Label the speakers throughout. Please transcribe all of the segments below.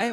Speaker 1: 哎，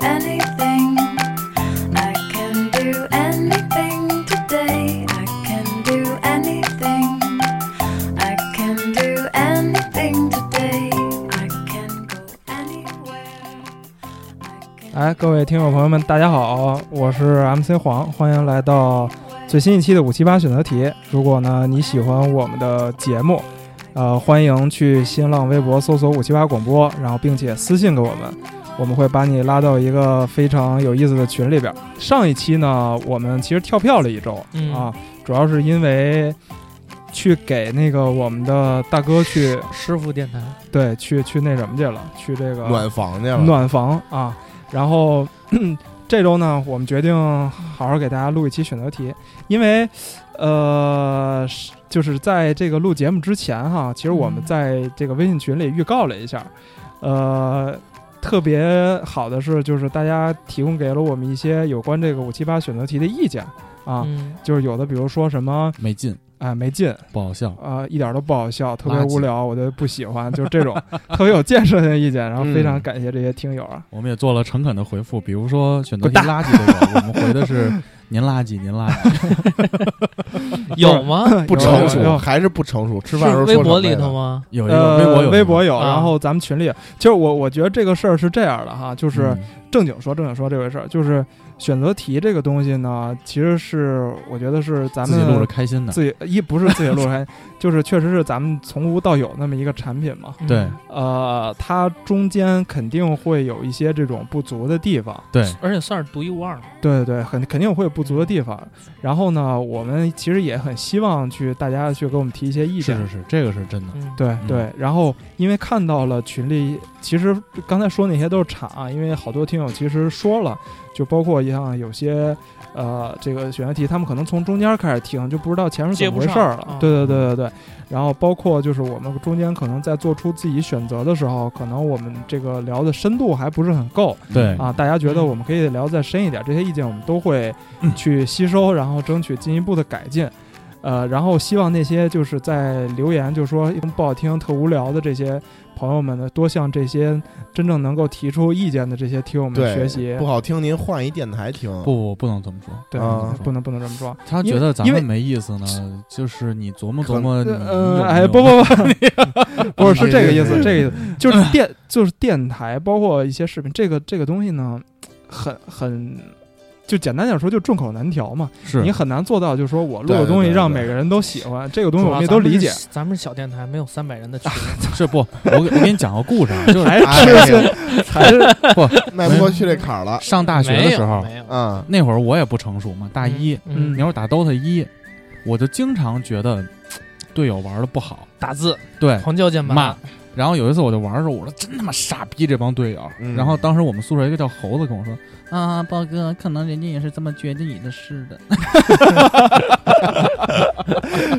Speaker 2: anything. I can do anything today. I can do anything. I can do anything today. I can go anywhere.
Speaker 3: 哎，各位听众朋友们，大家好，我是 MC 黄，欢迎来到最新一期的五七八选择题。如果呢你喜欢我们的节目，呃，欢迎去新浪微博搜索五七八广播，然后并且私信给我们，我们会把你拉到一个非常有意思的群里边。上一期呢，我们其实跳票了一周、
Speaker 1: 嗯
Speaker 3: 啊，主要是因为去给那个我们的大哥去
Speaker 4: 师傅电台，
Speaker 3: 对去去那什么去了，去这个
Speaker 5: 暖房去了，
Speaker 3: 暖房啊。然后嗯这周呢，我们决定好好给大家录一期选择题，因为呃，是就是在这个录节目之前哈，其实我们
Speaker 4: 嗯
Speaker 3: 在这个微信群里预告了一下，呃。特别好的是，就是大家提供给了我们一些有关这个五七八选择题的意见啊，
Speaker 4: 嗯，
Speaker 3: 就是有的比如说什么
Speaker 6: 没劲，
Speaker 3: 哎没劲，
Speaker 6: 不好笑。
Speaker 3: 啊，一点都不好笑，特别
Speaker 6: 垃圾
Speaker 3: 无聊，我就不喜欢，就是这种 特别有建设性的意见。然后非常
Speaker 5: 嗯
Speaker 3: 感谢这些听友啊，
Speaker 6: 我们也做了诚恳的回复，比如说选择题
Speaker 3: 滚
Speaker 6: 垃圾这个，我们回的是您垃圾，您垃圾。
Speaker 4: 有吗？
Speaker 5: 不成
Speaker 3: 有有
Speaker 5: 熟，
Speaker 3: 有
Speaker 5: 还是不成熟。吃饭时候
Speaker 4: 是微
Speaker 5: 说
Speaker 4: 博
Speaker 5: 什么
Speaker 4: 里
Speaker 5: 来着
Speaker 4: 头吗？
Speaker 6: 有一个
Speaker 3: 呃，
Speaker 6: 微博有
Speaker 3: 微博有，
Speaker 4: 啊
Speaker 3: 然后咱们群里，就是我我觉得这个事儿是这样的哈，就是
Speaker 6: 嗯
Speaker 3: 正经说正经说这回事儿，就是选择题这个东西呢，其实是我觉得是咱
Speaker 6: 自己录着
Speaker 3: 们
Speaker 6: 开心的，
Speaker 3: 自己一不是自己录出来， 就是确实是咱们从无到有那么一个产品嘛，
Speaker 6: 对
Speaker 3: 呃，它中间肯定会有一些这种不足的地方。
Speaker 6: 对，
Speaker 4: 而且算是独一无二的。
Speaker 3: 对对，很肯定会有不足的地方。
Speaker 4: 嗯
Speaker 3: 然后呢，我们其实也很希望去大家去给我们提一些意
Speaker 6: 是
Speaker 3: 见。
Speaker 6: 是是，这个是真的。
Speaker 4: 嗯，
Speaker 3: 对
Speaker 6: 嗯
Speaker 3: 对，然后因为看到了群里，其实刚才说那些都是岔啊，因为好多听友其实说了，就包括像有些呃这个选择题，他们可能从中间开始听，就不知道前面怎
Speaker 4: 接
Speaker 3: 么
Speaker 4: 不
Speaker 3: 回
Speaker 4: 上
Speaker 3: 事儿了
Speaker 4: 啊。
Speaker 3: 对对对对对。然后包括就是我们中间可能在做出自己选择的时候，可能我们这个聊的深度还不是很够，
Speaker 6: 对，
Speaker 3: 啊，大家觉得我们可以聊得再深一点，这些意见我们都会
Speaker 5: 嗯
Speaker 3: 去吸收，然后争取进一步的改进。呃，然后希望那些就是在留言就说不好听、特无聊的这些朋友们呢，多向这些真正能够提出意见的这些听友们
Speaker 5: 对
Speaker 3: 学习
Speaker 5: 不。好听，您换一电台听。
Speaker 6: 不不不能这么说。
Speaker 3: 对，
Speaker 5: 啊
Speaker 3: 不能不能这么说。
Speaker 6: 他
Speaker 3: 因
Speaker 6: 觉
Speaker 3: 为
Speaker 6: 得咱
Speaker 3: 因为
Speaker 6: 们没意思呢，就是你琢磨琢磨你有没有
Speaker 3: 呃，
Speaker 6: 用。
Speaker 3: 哎，不不 不，不是是这个意思，
Speaker 5: 嗯
Speaker 3: 这个意思就是电就是电台，包括一些视频，这个这个东西呢，很很就简单点说，就众口难调嘛。
Speaker 6: 是
Speaker 3: 你很难做到，就是说我录
Speaker 5: 对
Speaker 3: 的
Speaker 5: 对
Speaker 3: 东西
Speaker 5: 对
Speaker 3: 让
Speaker 5: 对
Speaker 3: 每个人都喜欢，这个东西
Speaker 4: 主
Speaker 3: 我
Speaker 4: 要
Speaker 3: 们也
Speaker 4: 咱
Speaker 3: 都
Speaker 4: 们
Speaker 3: 理
Speaker 4: 是
Speaker 3: 解。
Speaker 4: 咱们是小电台，没有三百人的群，
Speaker 6: 是不，我给我给你讲个故 事，啊，就是
Speaker 3: 还
Speaker 5: 哎
Speaker 3: 是
Speaker 5: 呀，
Speaker 3: 还是
Speaker 5: 迈不过去这坎儿了。
Speaker 6: 上大学的时候，
Speaker 4: 没有，没有
Speaker 5: 啊，
Speaker 6: 那会儿我也不成熟嘛，大一，
Speaker 4: 嗯，
Speaker 6: 你要是打 DOTA 一，我就经常觉得嘖队友玩的不好，
Speaker 4: 打字
Speaker 6: 对，
Speaker 4: 狂叫键
Speaker 6: 骂
Speaker 4: 盘，。
Speaker 6: 然后有一次我就玩的时候，我说真他妈傻逼这帮队友。
Speaker 5: 嗯
Speaker 6: 然后当时我们宿舍一个叫猴子跟我说啊，豹哥，可能人家也是这么觉得你的事的。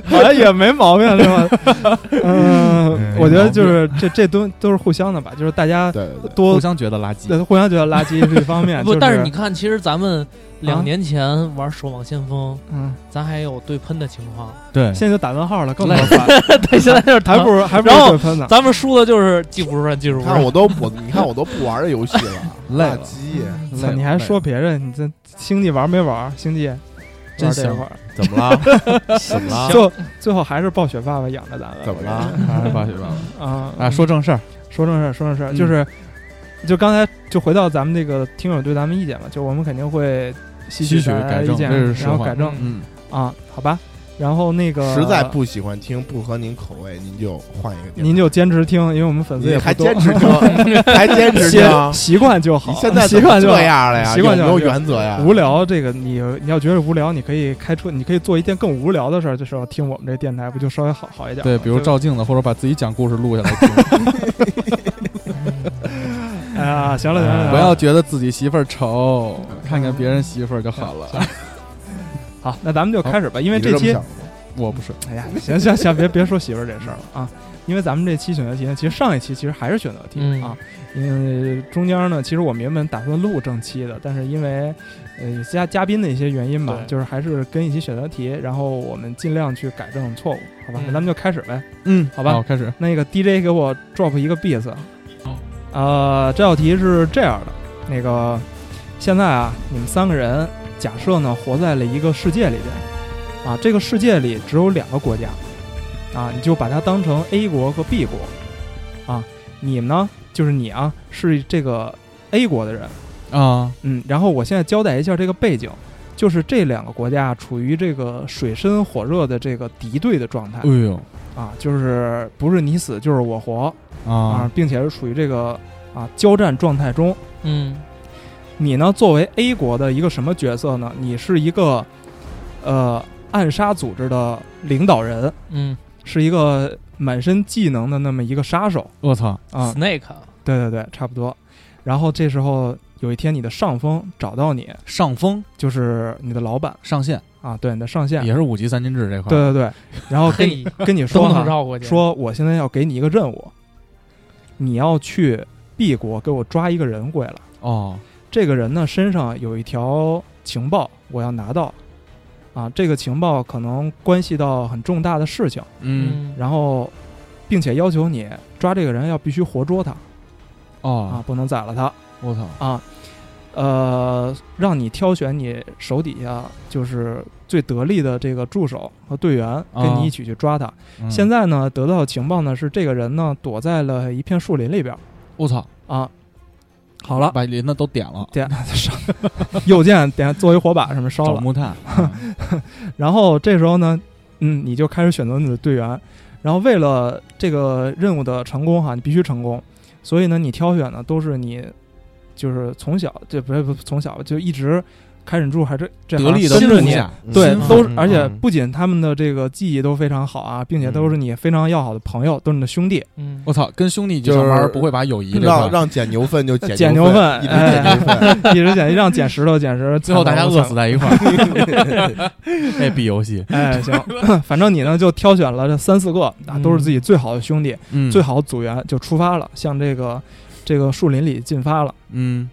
Speaker 3: 好像也哎没毛病，对吧？ 嗯
Speaker 6: 嗯，
Speaker 3: 我觉得就是这这东都是互相的吧，就是大家
Speaker 5: 对对 对，
Speaker 6: 互
Speaker 3: 多
Speaker 6: 相觉得垃圾。
Speaker 3: 呃互相觉得垃圾是一方面，
Speaker 4: 不，
Speaker 3: 就
Speaker 4: 但是你看，其实咱们
Speaker 3: 啊
Speaker 4: 两年前玩守望先锋，
Speaker 3: 嗯，
Speaker 4: 咱还有对喷的情 况，
Speaker 6: 对，
Speaker 3: 现在就打问号了，更麻烦，
Speaker 4: 对，现在就是
Speaker 3: 还不
Speaker 4: 如
Speaker 3: 如还不如
Speaker 4: 然后
Speaker 3: 对喷呢。
Speaker 4: 咱们输的就是技术上技术
Speaker 5: 你
Speaker 4: 上
Speaker 5: 看。我都我，你看我都不玩这游戏 了，
Speaker 6: 累了
Speaker 5: 垃圾。
Speaker 6: 累
Speaker 3: 操
Speaker 6: 了
Speaker 3: 你还说别人？你这星际玩没玩？星际
Speaker 6: 真
Speaker 3: 玩这
Speaker 6: 香
Speaker 3: 会儿，
Speaker 5: 怎么了？怎么
Speaker 4: 啊
Speaker 5: 了？
Speaker 3: 最最后还是暴雪爸爸养着咱们。
Speaker 5: 怎么了？
Speaker 6: 哎八雪吧
Speaker 3: 啊
Speaker 6: 啊，说正事儿，
Speaker 3: 说正事儿，说正事儿，
Speaker 6: 嗯
Speaker 3: 就是就刚才就回到咱们这个听友对咱们意见嘛，就我们肯定会吸
Speaker 6: 吸取
Speaker 3: 大家
Speaker 6: 改
Speaker 3: 的
Speaker 6: 正
Speaker 3: 意见
Speaker 6: 这是，实
Speaker 3: 然后
Speaker 6: 话
Speaker 3: 改正
Speaker 6: 嗯，
Speaker 3: 啊，好吧。然后那个
Speaker 5: 实在不喜欢听，不合您口味，您就换一个电台。
Speaker 3: 您就坚持听，因为我们粉丝也
Speaker 5: 您
Speaker 3: 不
Speaker 5: 还
Speaker 3: 多
Speaker 5: 坚持 听，还坚持听。啊
Speaker 3: 习习惯就好
Speaker 5: 你，现在
Speaker 3: 习
Speaker 5: 怎么
Speaker 3: 惯就好
Speaker 5: 这。样啊了呀？
Speaker 3: 习惯就
Speaker 5: 有
Speaker 3: 好
Speaker 5: 没有原则呀？
Speaker 3: 无聊这个你你要觉得无聊，你可以开车，你可以做一件更无聊的事儿的时候听我们这电台，不就稍微好好一点吗？
Speaker 6: 对，比如
Speaker 3: 就
Speaker 6: 照镜子或者把自己讲故事录下来听。
Speaker 3: 啊，行了行了，
Speaker 6: 不要觉得自己媳妇儿丑，看看别人媳妇儿就好 了。
Speaker 3: 好，那咱们就开始吧，因为
Speaker 5: 你是
Speaker 3: 这
Speaker 5: 么
Speaker 3: 期
Speaker 5: 想的
Speaker 6: 我不是，
Speaker 3: 哎呀，行行行，别别说媳妇儿这事儿了啊，因为咱们这期选择题呢，其实上一期其实还是选择题
Speaker 4: 嗯
Speaker 3: 啊，因为中间呢，其实我们原本打算录正期的，但是因为呃嘉嘉宾的一些原因吧
Speaker 4: 对，
Speaker 3: 就是还是跟一起选择题，然后我们尽量去改正错误，好吧？
Speaker 4: 嗯
Speaker 3: 那咱们就开始呗。
Speaker 6: 嗯，
Speaker 3: 好吧
Speaker 6: 好，开始。
Speaker 3: 那个 DJ 给我 drop 一个 beats，呃，这道题是这样的，那个现在啊，你们三个人假设呢活在了一个世界里边，啊，这个世界里只有两个国家，啊，你就把它当成 A 国和 B 国，啊，你们呢就是你啊是这个 A 国的人，
Speaker 6: 啊，
Speaker 3: 嗯，然后我现在交代一下这个背景，就是这两个国家处于这个水深火热的这个敌对的状态
Speaker 6: 哎呦
Speaker 3: 啊，就是不是你死就是我活。啊
Speaker 6: 啊，，
Speaker 3: 并且是处于这个啊交战状态中。
Speaker 4: 嗯
Speaker 3: 你呢，作为 A 国的一个什么角色呢？你是一个呃暗杀组织的领导人，
Speaker 4: 嗯
Speaker 3: 是一个满身技能的那么一个杀手
Speaker 6: 我操，
Speaker 3: 啊。
Speaker 4: ，Snake
Speaker 3: 对对对，差不多。然后这时候有一天，你的上峰找到你，
Speaker 6: 上风
Speaker 3: 就是你的老板
Speaker 6: 上线
Speaker 3: 啊，对你的上线。
Speaker 6: 也是五级三金制这块。
Speaker 3: 对对对，然后哦跟你
Speaker 4: 哎嘿，
Speaker 3: 跟你说
Speaker 4: 都能
Speaker 3: 哈，
Speaker 4: 绕过去，
Speaker 3: 说我现在要给你一个任务，你要去 B 国给我抓一个人过来。
Speaker 6: 哦，
Speaker 3: 这个人呢身上有一条情报，我要拿到，啊，这个情报可能关系到很重大的事情，
Speaker 6: 嗯，
Speaker 4: 嗯，
Speaker 3: 然后，并且要求你抓这个人要必须活捉他啊
Speaker 6: 哦，，
Speaker 3: 不能宰了他
Speaker 6: 我操，
Speaker 3: 啊，呃，让你挑选你手底下就是最得力的这个助手和队员，跟你一起去抓他。
Speaker 6: 嗯
Speaker 3: 现在呢得到的情报呢是这个人呢躲在了一片树林里边儿
Speaker 6: 我操，
Speaker 3: 啊，好了。
Speaker 6: 把林子都点了，
Speaker 3: 点 烧，右键点作为火把什么烧
Speaker 6: 找
Speaker 3: 了，
Speaker 6: 木 炭。嗯
Speaker 3: 然后这时候呢，嗯，你就开始选择你的队员。然后为了这个任务的成功哈，你必须成功，所以呢，你挑选的都是你就是从小这不是不是从小就一直开始住还是这
Speaker 6: 得力的啊
Speaker 3: 跟着
Speaker 6: 部
Speaker 3: 你，
Speaker 6: 下，
Speaker 5: 嗯
Speaker 3: 对
Speaker 4: 新，
Speaker 3: 都
Speaker 4: 嗯
Speaker 3: 是而且不仅他们的这个技艺都非常好啊，并且都是你非常要好的朋友，都是你的兄弟。
Speaker 4: 嗯
Speaker 6: 我操，跟兄弟一起上
Speaker 5: 就
Speaker 6: 班
Speaker 5: 是
Speaker 6: 不会把友谊这块
Speaker 5: 让
Speaker 6: 儿，
Speaker 5: 让捡牛粪就捡
Speaker 3: 捡呃牛
Speaker 5: 牛
Speaker 3: 粪哎
Speaker 5: 一直捡牛粪，
Speaker 3: 一直捡让捡石头捡石，
Speaker 6: 最后大家饿死
Speaker 3: 的。
Speaker 6: 在一块儿， 那必游戏，
Speaker 3: 哎，行，反正你呢就挑选了这三四个啊，都是自己最好的兄弟。
Speaker 6: 嗯，
Speaker 3: 最好的组员就出发了，向这个这个树林里进发了。
Speaker 6: 嗯，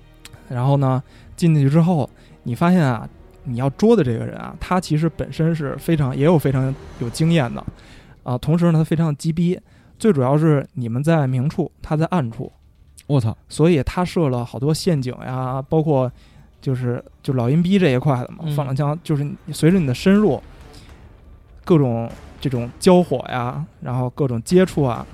Speaker 3: 然后呢，进去之后，你发现啊，你要捉的这个人啊，他其实本身是非常也有非常有经验的，啊，同时呢，他非常鸡逼。最主要是你们在明处，他在暗处，
Speaker 6: 我操，
Speaker 3: 所以他设了好多陷阱呀，包括就是就老阴逼这一块的嘛，
Speaker 4: 嗯
Speaker 3: 放浪枪就是你随着你的深入，各种这种交火呀，然后各种接触啊，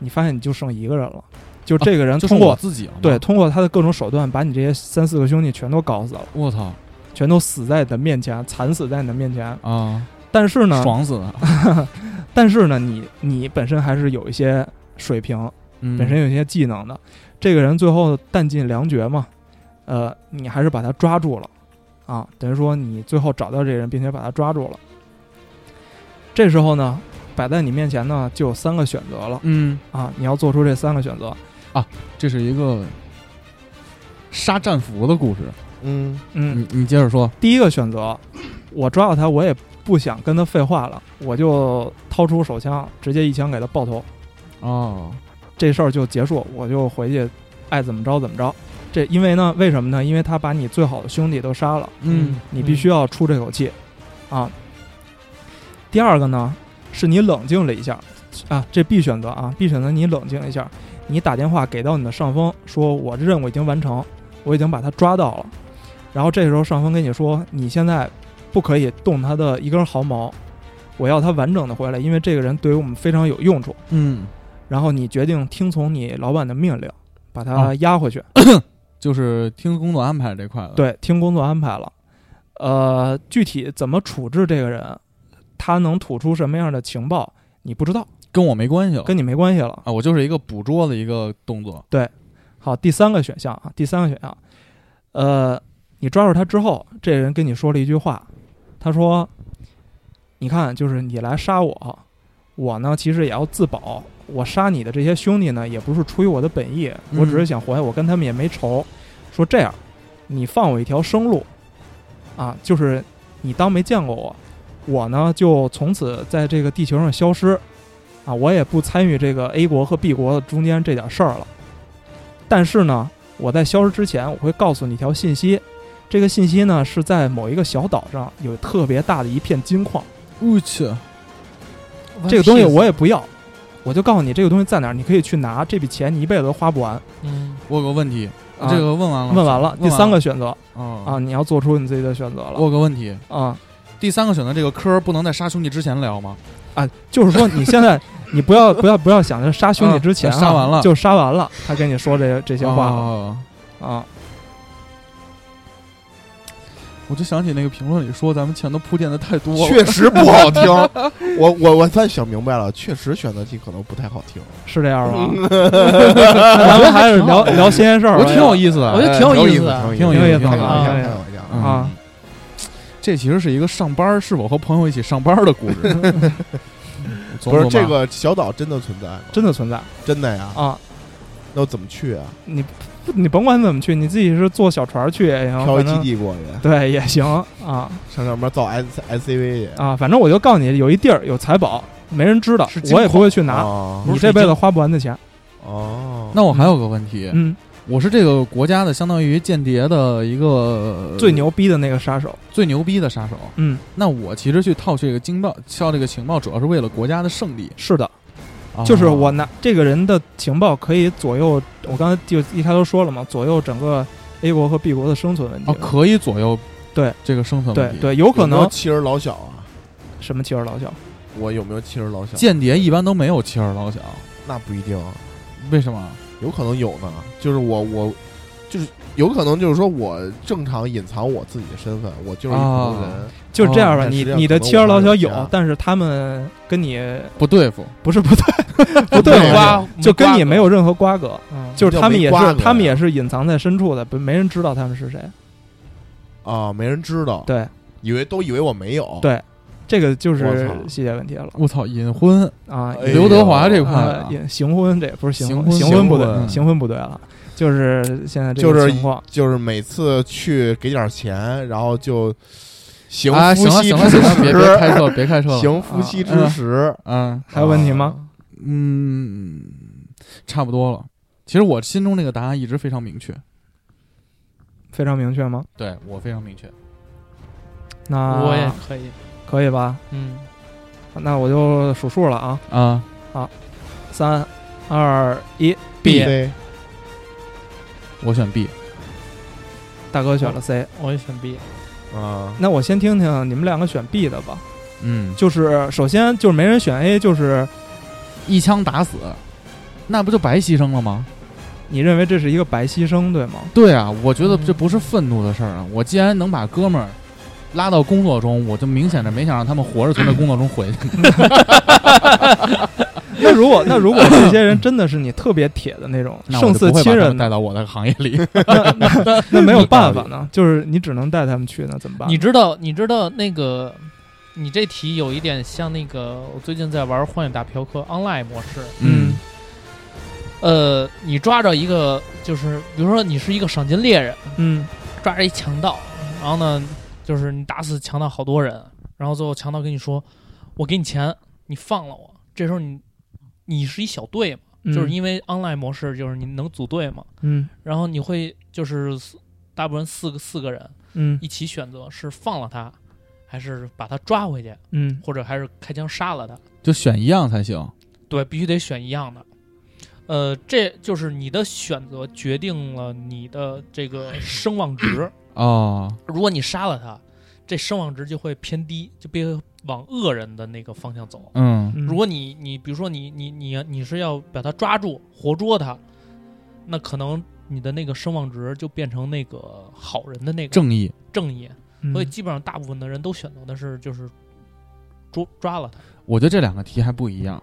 Speaker 3: 你发现你就剩一个人了，就这个人
Speaker 6: 啊就
Speaker 3: 通
Speaker 6: 剩
Speaker 3: 过、
Speaker 6: 我自己了嘛，
Speaker 3: 对通过他的各种手段把你这些三四个兄弟全都搞死了，
Speaker 6: 我操
Speaker 3: 全都死在你的面前，惨死在你的面前。
Speaker 6: 啊，
Speaker 3: 但是呢，
Speaker 6: 爽死了，
Speaker 3: 但是呢，你你本身还是有一些水平，
Speaker 6: 嗯
Speaker 3: 本身有一些技能的。这个人最后弹尽粮绝嘛，呃，你还是把他抓住了，啊，等于说你最后找到这个人，并且把他抓住了。这时候呢，摆在你面前呢，就有三个选择了
Speaker 6: 嗯，
Speaker 3: 啊，你要做出这三个选择。
Speaker 6: 这是一个杀战俘的故事，
Speaker 5: 嗯，
Speaker 3: 嗯，
Speaker 6: 你你接着说，
Speaker 3: 第一个选择，我抓到他，我也不想跟他废话了，我就掏出手枪，直接一枪给他爆头，
Speaker 6: 哦，
Speaker 3: 这事儿就结束，我就回去，爱怎么着怎么着。这因为呢，为什么呢？因为他把你最好的兄弟都杀了。
Speaker 6: 嗯，
Speaker 3: 你必须要出这口气，啊。第二个呢，是你冷静了一下，啊，这 B 选择啊，B 选择你冷静一下，你打电话给到你的上峰，说我这任务已经完成，我已经把他抓到了。然后这时候上峰跟你说，你现在不可以动他的一根毫毛，我要他完整的回来，因为这个人对于我们非常有用处。
Speaker 6: 嗯，
Speaker 3: 然后你决定听从你老板的命令，把他
Speaker 6: 啊
Speaker 3: 押回去。
Speaker 6: 就是听工作安排这块的，，
Speaker 3: 对，听工作安排了。呃，具体怎么处置这个人，他能吐出什么样的情报，你不知道，
Speaker 6: 跟我没关系了，
Speaker 3: 跟你没关系了。
Speaker 6: 啊，我就是一个捕捉的一个动作，
Speaker 3: 好，第三个选项啊，第三个选项，呃，你抓住他之后，这人跟你说了一句话，他说：“你看，就是你来杀我，我呢其实也要自保，我杀你的这些兄弟呢，也不是出于我的本意，我只是想活下，我跟他们也没仇。说这样，你放我一条生路，啊，就是你当没见过我，我呢就从此在这个地球上消失，啊，我也不参与这个 A 国和 B 国中间这点事儿了。但是呢，我在消失之前，我会告诉你一条信息。这个信息呢，是在某一个小岛上有特别大的一片金矿，
Speaker 6: 我去，啊
Speaker 3: 这个东西我也不要，我就告诉你这个东西在哪儿，你可以去拿。这笔钱你一辈子都花不完。
Speaker 6: 啊
Speaker 4: 嗯，
Speaker 6: 我有个问题，
Speaker 3: 啊
Speaker 6: 这个问完了，
Speaker 3: 问完了，第三个选择
Speaker 6: 啊
Speaker 3: 啊，，你要做出你自己的选择
Speaker 6: 我
Speaker 3: 了
Speaker 6: 有个问题，
Speaker 3: 啊
Speaker 6: 第三个选择这个科儿不能在杀兄弟之前聊吗？
Speaker 3: 啊，就是说你现在 你不要不要不要想着杀兄弟之前啊
Speaker 6: 啊杀完了
Speaker 3: 就杀完了，他跟你说这这些话
Speaker 6: 哦
Speaker 3: 啊，
Speaker 6: 我就想起那个评论里说咱们前头铺垫的太多了，
Speaker 5: 确实不好听。我我我算想明白了，确实选择题可能不太好听。
Speaker 3: 是这样吧？ 咱们还是聊聊新鲜事儿吧，
Speaker 6: 嗯 我挺有意思
Speaker 3: 嗯
Speaker 6: 的，
Speaker 4: 我觉得挺有意思的
Speaker 5: 哎
Speaker 6: 挺有
Speaker 3: 呃意思
Speaker 5: 挺有意思，
Speaker 3: 挺有意思
Speaker 5: 太搞笑
Speaker 6: 嗯
Speaker 5: 了。
Speaker 3: 啊，
Speaker 6: 这其实是一个上班儿是否和朋友一起上班儿 的故事。 琢
Speaker 5: 不
Speaker 6: 磨啊
Speaker 5: 是
Speaker 6: 吧
Speaker 5: 这，个小岛真的存在吗？
Speaker 3: 真的存在
Speaker 5: 真的呀？
Speaker 3: 啊。
Speaker 5: 那我怎么去啊？
Speaker 3: 你甭管怎么去，你自己是坐小船去也行，
Speaker 5: 漂
Speaker 3: 反
Speaker 5: 移基
Speaker 3: 正
Speaker 5: 地过去，
Speaker 3: 对也行啊
Speaker 5: 上上面造 S S C V 去
Speaker 3: 啊，反正我就告诉你，有一地儿有财宝，没人知道
Speaker 4: 是，金
Speaker 3: 我也不会去拿，
Speaker 5: 哦
Speaker 3: 你这辈子花不完的钱。
Speaker 5: 哦，
Speaker 6: 那我还有个问题，
Speaker 3: 嗯，
Speaker 6: 我是这个国家的相当于间谍的一个呃
Speaker 3: 最牛逼的那个杀手，
Speaker 6: 最牛逼的杀手。
Speaker 3: 嗯，
Speaker 6: 那我其实去套这个情报，套这个情报主要是为了国家的胜利。
Speaker 3: 是的，就是
Speaker 6: 啊
Speaker 3: 我拿这个人的情报可以左右，我刚才就一开头说了嘛，左右整个 A 国和 B 国的生存问题
Speaker 6: 哦，。可以左右
Speaker 3: 对
Speaker 6: 这个生存问
Speaker 3: 对
Speaker 6: 题。，
Speaker 3: 对，有可
Speaker 5: 有没有
Speaker 3: 能
Speaker 5: 妻儿老小啊？
Speaker 3: 什么妻儿老小，
Speaker 5: 我有没有妻儿老小？
Speaker 6: 间谍一般都没有妻儿老小，
Speaker 5: 那不一定啊，
Speaker 6: 为什么？
Speaker 5: 有可能有呢。就是我我就是有可能就是说我正常隐藏我自己的身份，我就是一普
Speaker 3: 哦
Speaker 5: 通人。
Speaker 3: 就是这样吧。
Speaker 5: 哦
Speaker 3: 你
Speaker 5: 但实际上
Speaker 3: 你的
Speaker 5: 可能
Speaker 3: 妻儿老小
Speaker 5: 我还
Speaker 3: 有
Speaker 5: 有家，
Speaker 3: 但是他们跟你
Speaker 6: 不对付，
Speaker 3: 不是不对不对啊
Speaker 5: 没
Speaker 3: 付，
Speaker 5: 瓜
Speaker 4: 瓜
Speaker 3: 就跟你没有任何瓜葛。
Speaker 4: 嗯，
Speaker 3: 就是他们也
Speaker 5: 叫没瓜
Speaker 3: 是，
Speaker 5: 葛
Speaker 3: 他们也是隐藏在深处的，不没人知道他们是谁。
Speaker 5: 啊，没人知道，
Speaker 3: 对，
Speaker 5: 以为都以为我没有。
Speaker 3: 对这个就是
Speaker 5: 我操
Speaker 3: 细节问题了
Speaker 6: 我操，隐婚，
Speaker 3: 啊。
Speaker 5: 哎
Speaker 6: 刘德华这块
Speaker 3: 呃
Speaker 6: 啊，
Speaker 3: 也行婚这不是行
Speaker 6: 行婚
Speaker 3: 行婚不
Speaker 5: 行
Speaker 3: 对，
Speaker 5: 婚
Speaker 3: 行婚不对了，就是现在这
Speaker 5: 就
Speaker 3: 个
Speaker 5: 是
Speaker 3: 情况。
Speaker 5: 就是每次去给点钱，然后就行
Speaker 6: 啊，
Speaker 5: 夫
Speaker 6: 行了
Speaker 5: 妻
Speaker 6: 行了
Speaker 5: 之
Speaker 6: 行了，别别开
Speaker 5: 实，
Speaker 6: 车，别开车了。
Speaker 5: 行夫妻之实。
Speaker 6: 嗯
Speaker 3: 还有问题吗？
Speaker 6: 嗯，差不多了。其实我心中这个答案一直非常明确，
Speaker 3: 非常明确吗？
Speaker 6: 对我非常明确。
Speaker 3: 那
Speaker 4: 我也可以，
Speaker 3: 可以吧？
Speaker 4: 嗯，
Speaker 3: 那我就数数了啊，
Speaker 6: 啊，
Speaker 3: 三、二、一，
Speaker 4: B
Speaker 5: C
Speaker 6: 我选 B。
Speaker 3: 大哥选了 C。
Speaker 4: 我也选 B，
Speaker 5: 啊，
Speaker 3: 那我先听听你们两个选 B 的吧。
Speaker 6: 嗯，
Speaker 3: 就是首先就是没人选 A，就是
Speaker 6: 一枪打死，那不就白牺牲了吗？
Speaker 3: 你认为这是一个白牺牲，对吗？
Speaker 6: 对啊，我觉得这不是愤怒的事儿啊。我既然能把哥们儿拉到工作中，我就明显的没想让他们活着从这工作中 回去。
Speaker 3: 那如果那如果这些人真的是你特别铁的那种
Speaker 6: 那我
Speaker 3: 胜
Speaker 6: 就
Speaker 3: 似
Speaker 6: 不会
Speaker 3: 亲
Speaker 6: 把他
Speaker 3: 人
Speaker 6: 们带
Speaker 3: 的，
Speaker 6: 到我的行业 里。
Speaker 3: 那那那没有办法呢，就是你只能带他们去，那怎么办？
Speaker 4: 你知道你知道那个。你这题有一点像那个，我最近在玩《荒野大嫖客》Online 模式，
Speaker 3: 嗯
Speaker 4: 呃，你抓着一个，就是比如说你是一个赏金猎人，
Speaker 3: 嗯
Speaker 4: 抓着一强盗，然后呢，就是你打死强盗好多人，然后最后强盗跟你说：“我给你钱，你放了我。”这时候你你是一小队嘛，
Speaker 3: 嗯
Speaker 4: 就是因为 online 模式，就是你能组队嘛，
Speaker 3: 嗯
Speaker 4: 然后你会就是四大部分四个四个人
Speaker 3: 嗯
Speaker 4: 一起选择是放了他，还是把他抓回去，
Speaker 3: 嗯
Speaker 4: 或者还是开枪杀了他。
Speaker 6: 就选一样才行。
Speaker 4: 对，必须得选一样的。呃，这就是你的选择决定了你的这个声望值。
Speaker 6: 哦，
Speaker 4: 如果你杀了他，这声望值就会偏低，就别往恶人的那个方向走。
Speaker 6: 嗯，
Speaker 3: 嗯，
Speaker 4: 如果你你比如说你你你你是要把他抓住活捉他，那可能你的那个声望值就变成那个好人的那个
Speaker 6: 正义。
Speaker 4: 正义，
Speaker 3: 嗯
Speaker 4: 所以基本上大部分的人都选择的是就是捉抓了他。
Speaker 6: 我觉得这两个题还不一样，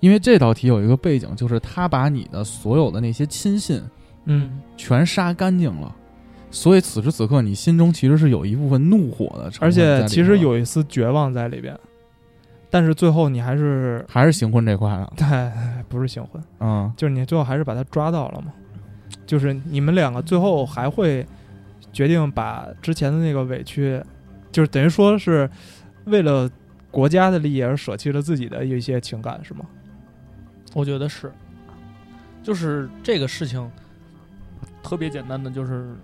Speaker 6: 因为这道题有一个背景，就是他把你的所有的那些亲信
Speaker 3: 嗯，
Speaker 6: 全杀干净了，所以此时此刻你心中其实是有一部分怒火的成分
Speaker 3: 而
Speaker 6: 在里面的，
Speaker 3: 且其实有一丝绝望在里边，但是最后你还是
Speaker 6: 还是行婚这块啊了，
Speaker 3: 哎，不是行婚，
Speaker 6: 嗯，
Speaker 3: 就是你最后还是把他抓到了嘛。就是你们两个最后还会决定把之前的那个委屈，就是等于说是为了国家的利益而舍弃了自己的一些情感，是吗？
Speaker 4: 我觉得是，就是这个事情特别简单的，就是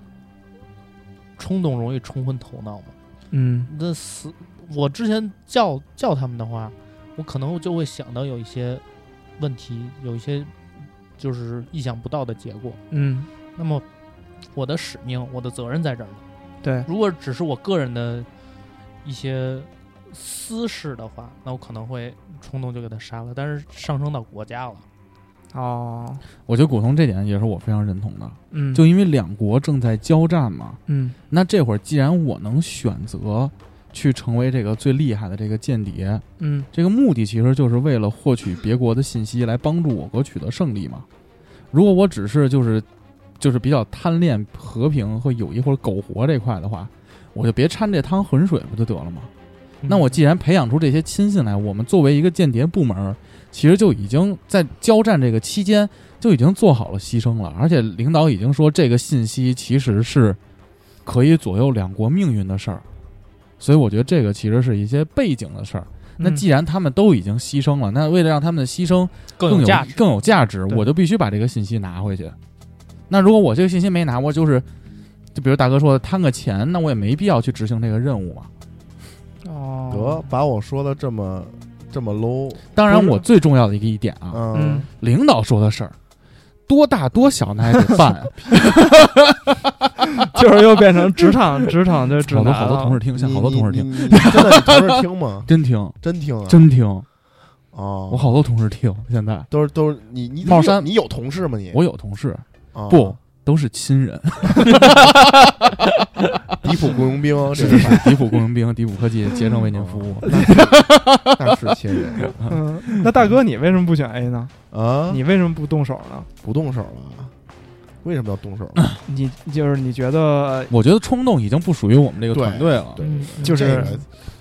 Speaker 4: 冲动容易冲昏头脑嘛。
Speaker 3: 嗯
Speaker 4: 那死，我之前叫叫他们的话，我可能就会想到有一些问题，有一些就是意想不到的结果。
Speaker 3: 嗯，
Speaker 4: 那么我的使命，我的责任在这儿呢。
Speaker 3: 对，
Speaker 4: 如果只是我个人的一些私事的话，那我可能会冲动就给他杀了。但是上升到国家了，
Speaker 3: 哦，
Speaker 6: 我觉得古潼这点也是我非常认同的，
Speaker 3: 嗯，
Speaker 6: 就因为两国正在交战嘛，
Speaker 3: 嗯
Speaker 6: 那这会儿既然我能选择去成为这个最厉害的这个间谍，
Speaker 3: 嗯
Speaker 6: 这个目的其实就是为了获取别国的信息，来帮助我国取得胜利嘛。如果我只是就是就是比较贪恋和平和友谊或者苟活这块的话，我就别掺这汤浑水不就得了吗？
Speaker 4: 嗯
Speaker 6: 那我既然培养出这些亲信来，我们作为一个间谍部门儿，其实就已经在交战这个期间就已经做好了牺牲了，而且领导已经说这个信息其实是可以左右两国命运的事儿，所以我觉得这个其实是一些背景的事儿。那
Speaker 4: 嗯
Speaker 6: 既然他们都已经牺牲了，那为了让他们的牺牲
Speaker 4: 更有
Speaker 6: 有
Speaker 4: 价值。
Speaker 6: 更有价值，
Speaker 3: 对
Speaker 6: 我就必须把这个信息拿回去。那如果我这个信息没拿，我就是就比如大哥说的贪个钱，那我也没必要去执行这个任务嘛。
Speaker 5: 得
Speaker 3: 哦，
Speaker 5: 把我说的这么这么 low，
Speaker 6: 当然，
Speaker 3: 不是
Speaker 6: 我最重要的一个一点啊，
Speaker 5: 嗯
Speaker 3: 嗯，
Speaker 6: 领导说的事儿，多大多小那还得啊 办。
Speaker 3: 就是又变成职场职场的指
Speaker 6: 嗯好
Speaker 3: 南了。
Speaker 6: 多好多同事听，现在好多同事听，？
Speaker 5: 啊你，你你你真的你同事听吗
Speaker 6: 真听
Speaker 5: 真听啊！
Speaker 6: 真听，
Speaker 5: 哦，
Speaker 6: 我好多同事听。现在
Speaker 5: 都是都是你你
Speaker 6: 帽衫
Speaker 5: 你有同事吗？你
Speaker 6: 我有同事
Speaker 5: 啊
Speaker 6: 不都是亲人，
Speaker 5: 迪普雇佣兵这
Speaker 6: 是
Speaker 5: 个
Speaker 6: 是是，迪普雇佣 兵、迪普科技竭诚为您服
Speaker 5: 哦
Speaker 6: 务。
Speaker 5: 那是亲人
Speaker 6: 啊
Speaker 3: 嗯，那大哥，你为什么不选 A 呢？
Speaker 6: 嗯
Speaker 5: 啊！
Speaker 3: 你为什么不动手呢？
Speaker 5: 不动手了，为什么要动手呢？
Speaker 3: 你就是你觉得
Speaker 6: 我觉得冲动已经不属于我们这个
Speaker 5: 对
Speaker 6: 团队了。
Speaker 5: 对
Speaker 3: 就
Speaker 5: 这
Speaker 3: 是
Speaker 5: 个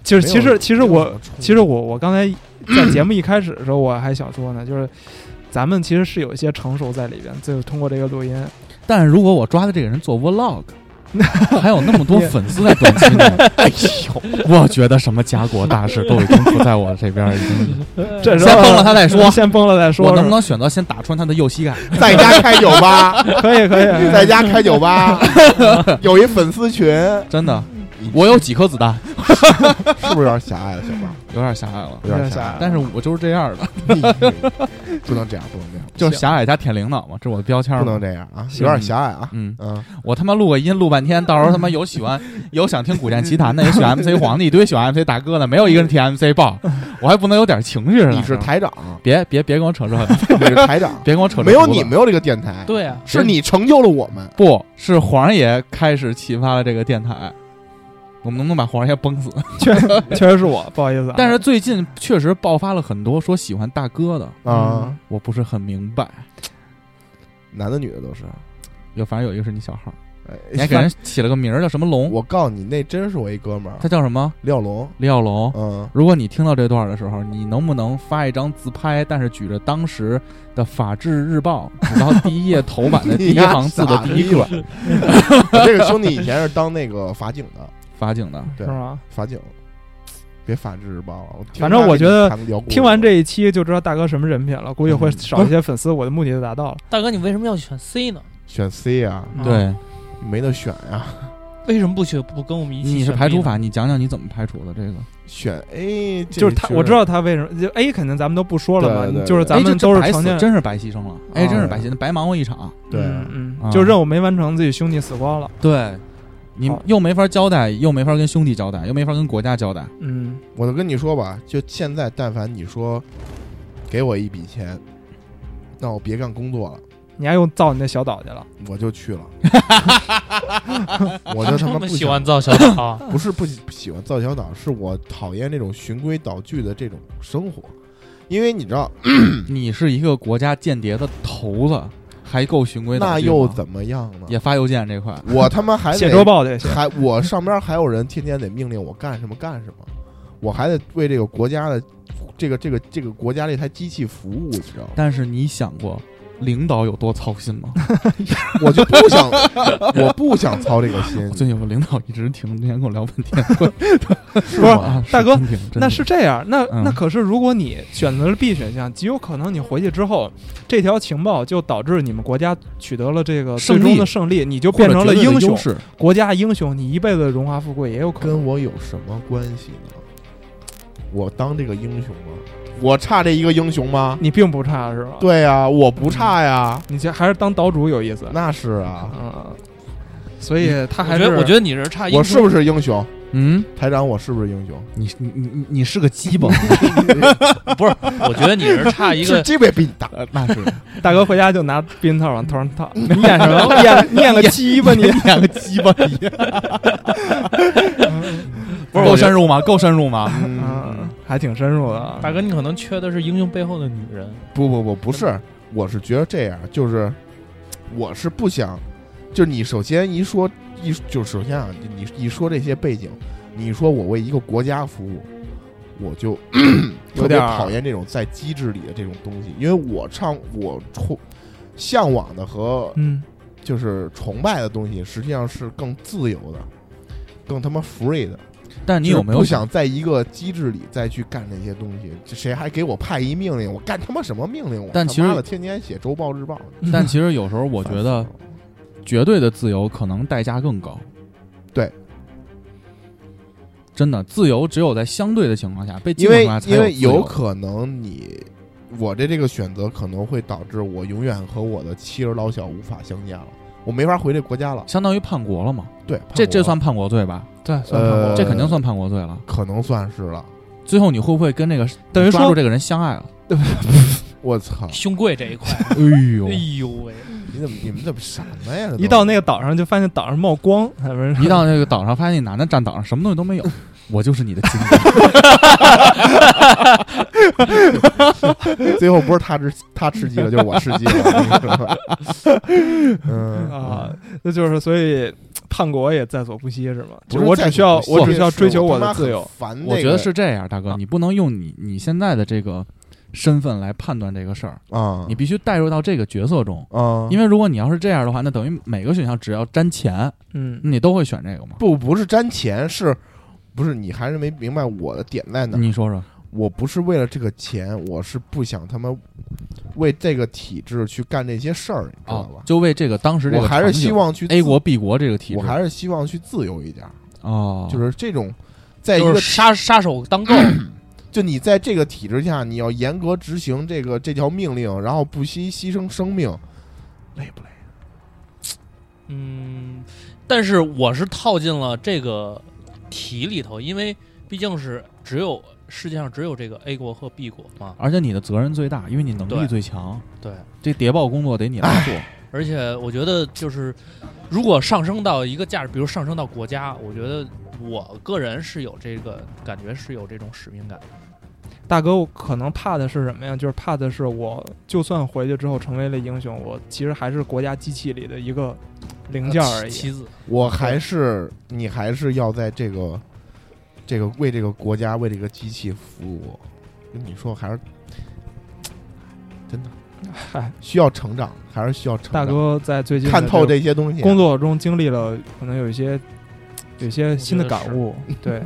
Speaker 3: 就是其
Speaker 5: 没
Speaker 3: 实
Speaker 5: 有
Speaker 3: 其实
Speaker 5: 没有
Speaker 3: 我
Speaker 5: 什么冲突
Speaker 3: 其实我我刚才在节目一开始的时候我还想说呢，就是咱们其实是有一些成熟在里边，就是通过这个录音，
Speaker 6: 但是如果我抓的这个人做 vlog，还有那么多粉丝在短期内，哎呦，我觉得什么家国大事都已经不在我这边儿，已经
Speaker 3: 这时
Speaker 6: 先
Speaker 3: 候
Speaker 6: 崩了他再说。
Speaker 3: 先崩了再说，
Speaker 6: 我能不能选择先打穿他的右膝盖？
Speaker 5: 在家开酒吧，
Speaker 3: 是吧可以可以，
Speaker 5: 在家开酒吧，有一粉丝群，
Speaker 6: 真的
Speaker 5: 你，
Speaker 6: 我有几颗子弹，
Speaker 5: 是不是有点狭隘了？小八，
Speaker 6: 有点狭隘了。
Speaker 5: 有点
Speaker 3: 有点狭隘
Speaker 5: 隘，啊
Speaker 6: 但是我就是这样的，
Speaker 5: 你 不能这样，不能这样，
Speaker 6: 就是狭隘加舔领导嘛，这是我的标签
Speaker 5: 不
Speaker 6: 嘛
Speaker 5: 能。这样啊，有点狭隘啊。
Speaker 6: 嗯，
Speaker 5: 嗯，
Speaker 6: 我他妈录个音录半天，到时候他妈有喜欢有想听古剑奇谭的，有喜欢 MC 黄的，一堆喜欢 MC 大哥的，没有一个人提 MC 豹，我还不能有点情绪呢？
Speaker 5: 你是台长，
Speaker 6: 别别别跟我扯这，
Speaker 5: 你是台 长，
Speaker 6: 别跟我扯这
Speaker 5: 没有
Speaker 6: 犊子
Speaker 5: 你没有这个电台，
Speaker 4: 对啊，
Speaker 5: 是你成就了我们。
Speaker 6: 不是黄爷开始启发了这个电台。我们能不能把黄爷崩死？
Speaker 3: 确确实是我，不好意思啊，
Speaker 6: 但是最近确实爆发了很多说喜欢大哥的，
Speaker 3: 嗯
Speaker 5: 啊，
Speaker 6: 我不是很明白。
Speaker 5: 男的女的都是。
Speaker 6: 有，反正有一个是你小 号，
Speaker 5: 哎
Speaker 6: 你还给人起了个名儿叫什么龙？
Speaker 5: 我告诉你，那真是我一哥们儿
Speaker 6: 他，叫什么？
Speaker 5: 廖龙。
Speaker 6: 李小龙。
Speaker 5: 嗯，
Speaker 6: 如果你听到这段的时候，你能不能发一张自拍，但是举着当时的《法制日报》只到第一页头版 的第一行字的
Speaker 3: 嗯
Speaker 6: 第一个
Speaker 5: 你我这个兄弟以前是当那个法警的，
Speaker 6: 法警的？
Speaker 3: 是
Speaker 5: 对，
Speaker 3: 吗？
Speaker 5: 法警。别法制日报了，我听
Speaker 3: 反正
Speaker 5: 他
Speaker 3: 我
Speaker 5: 给
Speaker 3: 觉
Speaker 5: 你
Speaker 3: 得
Speaker 5: 谈聊故事
Speaker 3: 听完这一期就知道大哥什么人品了，估计
Speaker 5: 嗯
Speaker 3: 会少一些粉丝，我的目的就达到了。
Speaker 4: 大哥，你为什么要选 C 呢？
Speaker 5: 选 C 啊，
Speaker 3: 嗯，
Speaker 6: 对，
Speaker 5: 没得选呀，
Speaker 4: 为什么不选不跟我们一起？
Speaker 6: 你是排除，法，你讲讲你怎么排除的这个？
Speaker 5: 选 A 这
Speaker 3: 就是他，
Speaker 5: 确实
Speaker 3: 我知道他为什么就 A 肯定咱们都不说了
Speaker 5: 对
Speaker 3: 嘛，
Speaker 5: 对
Speaker 3: 就是咱
Speaker 6: 哎这
Speaker 3: 们
Speaker 6: 这
Speaker 3: 都是
Speaker 6: 白
Speaker 3: 成
Speaker 6: 死
Speaker 3: 年人，
Speaker 6: 真是白牺牲了，哎，真是白牺牲，白忙活一场。
Speaker 5: 对
Speaker 3: 嗯，
Speaker 6: 啊
Speaker 3: 嗯就任务没完成，自己兄弟死光了，
Speaker 6: 对，你
Speaker 3: 好
Speaker 6: 又没法交代，又没法跟兄弟交代，又没法跟国家交代。
Speaker 3: 嗯，
Speaker 5: 我就跟你说吧，就现在，但凡你说给我一笔钱，那我别干工作了，
Speaker 3: 你还用造你那小岛去了，
Speaker 5: 我就去 了，我就他
Speaker 4: 这
Speaker 5: 妈
Speaker 4: 啊么
Speaker 5: 不
Speaker 4: 喜
Speaker 5: 想
Speaker 4: 欢造小啊岛，
Speaker 5: 不是不喜不喜欢造小岛，是我讨厌这种循规蹈矩的这种生活，因为你知道
Speaker 6: 你是一个国家间谍的头子，还够循规蹈
Speaker 5: 那
Speaker 6: 矩吗
Speaker 5: 又怎么样呢？
Speaker 6: 也发邮件这块？
Speaker 5: 我他妈还
Speaker 3: 写周
Speaker 5: 得
Speaker 3: 报去，写
Speaker 5: 还我上边还有人天天得命令我干什么干什么，我还得为这个国家的这个这个这个国家这台机器服务，你知 道吗？
Speaker 6: 但是你想过领导有多操心吗？
Speaker 5: 我就不想，我不想操这个心
Speaker 6: 我。最近有个领导一直停，之前跟我聊半天，
Speaker 3: 不是
Speaker 6: 啊
Speaker 3: 大哥
Speaker 6: 真挺，真
Speaker 3: 那
Speaker 6: 挺
Speaker 3: 是这样，那、
Speaker 6: 嗯
Speaker 3: 那可是如果你选择了 B 选项，极有可能你回去之后，这条情报就导致你们国家取得了这个最
Speaker 6: 胜利
Speaker 3: 终的胜利，你就
Speaker 6: 或
Speaker 3: 变
Speaker 6: 者
Speaker 3: 成
Speaker 6: 绝
Speaker 3: 了
Speaker 6: 对的
Speaker 3: 英雄
Speaker 6: 优，势
Speaker 3: 国家英雄，你一辈子荣华富贵也有可能。
Speaker 5: 跟我有什么关系呢？我当这个英雄吗？我差这一个英雄吗？
Speaker 3: 你并不差是吧？，
Speaker 5: 对呀、我不差
Speaker 6: 嗯
Speaker 5: 呀。
Speaker 3: 你这还是当岛主有意思。
Speaker 5: 那是啊，
Speaker 3: 嗯，所以他还
Speaker 4: 我
Speaker 3: 是
Speaker 4: 觉得我觉得你是差一，
Speaker 5: 我是不是英雄？
Speaker 6: 嗯，
Speaker 5: 台长，我是不是英雄？
Speaker 6: 你你你你你是个鸡 巴，
Speaker 4: 不是？我觉得你是差 一
Speaker 5: 是
Speaker 4: 个，
Speaker 5: 这位比你大，
Speaker 6: 呃那是
Speaker 3: 大哥回家就拿避孕套往头上套，你演什么？演演个鸡巴你？
Speaker 6: 演个鸡巴一样，不是够深入吗？够深入吗？
Speaker 3: 嗯，还挺深入的啊。
Speaker 4: 大哥，你可能缺的是英雄背后的女人。
Speaker 5: 不不不，不
Speaker 3: 嗯
Speaker 5: 是，我是觉得这样，就是我是不想，就是你首先一说一，就是首先啊，你一说这些背景，你说我为一个国家服务，我 就
Speaker 3: 有
Speaker 5: 特别
Speaker 3: 点儿
Speaker 5: 讨厌这种在机制里的这种东西，因为我唱我崇向往的和
Speaker 3: 嗯，
Speaker 5: 就是崇拜的东西，实际上是更自由的，更他妈 free 的。
Speaker 6: 但你有没
Speaker 5: 就是不
Speaker 6: 有
Speaker 5: 想在一个机制里再去干这些东西？这谁还给我派一命令？我干他妈什么命令？我
Speaker 6: 但
Speaker 5: 他
Speaker 6: 其
Speaker 5: 妈
Speaker 6: 实
Speaker 5: 的天天写周报日报，
Speaker 6: 但其实有时候我觉得
Speaker 5: 烦死了
Speaker 6: 绝对的自由可能代价更高。
Speaker 5: 对，
Speaker 6: 真的自由只有在相对的情况下被
Speaker 5: 因
Speaker 6: 禁
Speaker 5: 为
Speaker 6: 锢下才
Speaker 5: 因为
Speaker 6: 自由。
Speaker 5: 可能你我的这个选择可能会导致我永远和我的妻儿老小无法相见了，我没法回这国家了。
Speaker 6: 相当于叛国了嘛？
Speaker 5: 对，
Speaker 6: 这
Speaker 5: 叛国
Speaker 6: 这算叛国罪吧？
Speaker 3: 对，算
Speaker 5: 呃
Speaker 3: 看过
Speaker 6: 这肯定算叛国罪了。
Speaker 5: 可能算是了。
Speaker 6: 最后你会不会跟那个
Speaker 3: 等于
Speaker 6: 抓
Speaker 3: 说
Speaker 6: 住这个人相爱了？
Speaker 5: 我操！
Speaker 4: 胸贵这一块，
Speaker 6: 哎呦
Speaker 4: 哎呦喂，
Speaker 5: 你怎么你们怎么什么呀？这都
Speaker 3: 一到那个岛上就发现岛上冒光，还不是
Speaker 6: 一到那个岛上，发现那男的站岛上什么东西都 没有，我就是你的金主。
Speaker 5: 最后不是他吃他吃鸡了，就是我吃 鸡了。 嗯
Speaker 3: 啊，那就是所以叛国也在所不惜是吗？
Speaker 5: 不
Speaker 3: 就是我
Speaker 5: 在
Speaker 3: 只
Speaker 5: 所
Speaker 3: 需要
Speaker 5: 不惜
Speaker 3: 我只需要
Speaker 5: 是
Speaker 3: 追求我
Speaker 5: 他妈
Speaker 3: 的自
Speaker 5: 很
Speaker 3: 由。
Speaker 5: 烦那个。啊
Speaker 6: 我觉得是这样，大哥，你不能用你你现在的这个身份来判断这个事儿，
Speaker 5: 啊，
Speaker 6: 你必须带入到这个角色中。
Speaker 5: 啊，
Speaker 6: 因
Speaker 5: 为
Speaker 6: 为如果你要是这样的话，那等于每个选项只要沾钱，
Speaker 3: 嗯，
Speaker 6: 你都会选这个嘛？
Speaker 5: 不不是沾钱，是不是你还是没明白我的点在哪？
Speaker 6: 你说说，
Speaker 5: 我不是为了这个钱，我是不想他妈为这个体制去干这些事儿，你知道
Speaker 6: 哦
Speaker 5: 吧，？
Speaker 6: 就为这个当时这个
Speaker 5: 我还是
Speaker 6: 场景
Speaker 5: 希望去自
Speaker 6: A 国 B 国这个体制，
Speaker 5: 我还是希望去自由一点，
Speaker 6: 哦，
Speaker 5: 就是这种。在哎一
Speaker 4: 就
Speaker 5: 个
Speaker 4: 是杀杀手当够，
Speaker 5: 就你在这个体制下，你要严格执行这个这条命令，然后不惜牺牲生命，累不累？
Speaker 4: 嗯，但是我是套进了这个题里头，因为毕竟是只有世界上只有这个 A 国和 B 国嘛，
Speaker 6: 而且你的责任最大，因为你能力
Speaker 4: 对
Speaker 6: 最强，
Speaker 4: 对，
Speaker 6: 这谍报工作得你来做。
Speaker 4: 而且我觉得就是如果上升到一个价值，比如上升到国家，我觉得我个人是有这个感觉，是有这种使命感的。
Speaker 3: 大哥，我可能怕的是什么呀？就是怕的是我就算回去之后成为了英雄，我其实还是国家机器里的一个零件而已。
Speaker 4: 妻子，
Speaker 5: 我还是你还是要在这个这个为这个国家为这个机器服务，跟你说还是真的
Speaker 3: 嗨，
Speaker 5: 需要成长，还是需要成长。
Speaker 3: 大哥在最近的
Speaker 5: 看透
Speaker 3: 这
Speaker 5: 这些东西，
Speaker 3: 个工作中经历了，可能有一些有一些新的
Speaker 4: 我觉得是
Speaker 3: 感悟，对，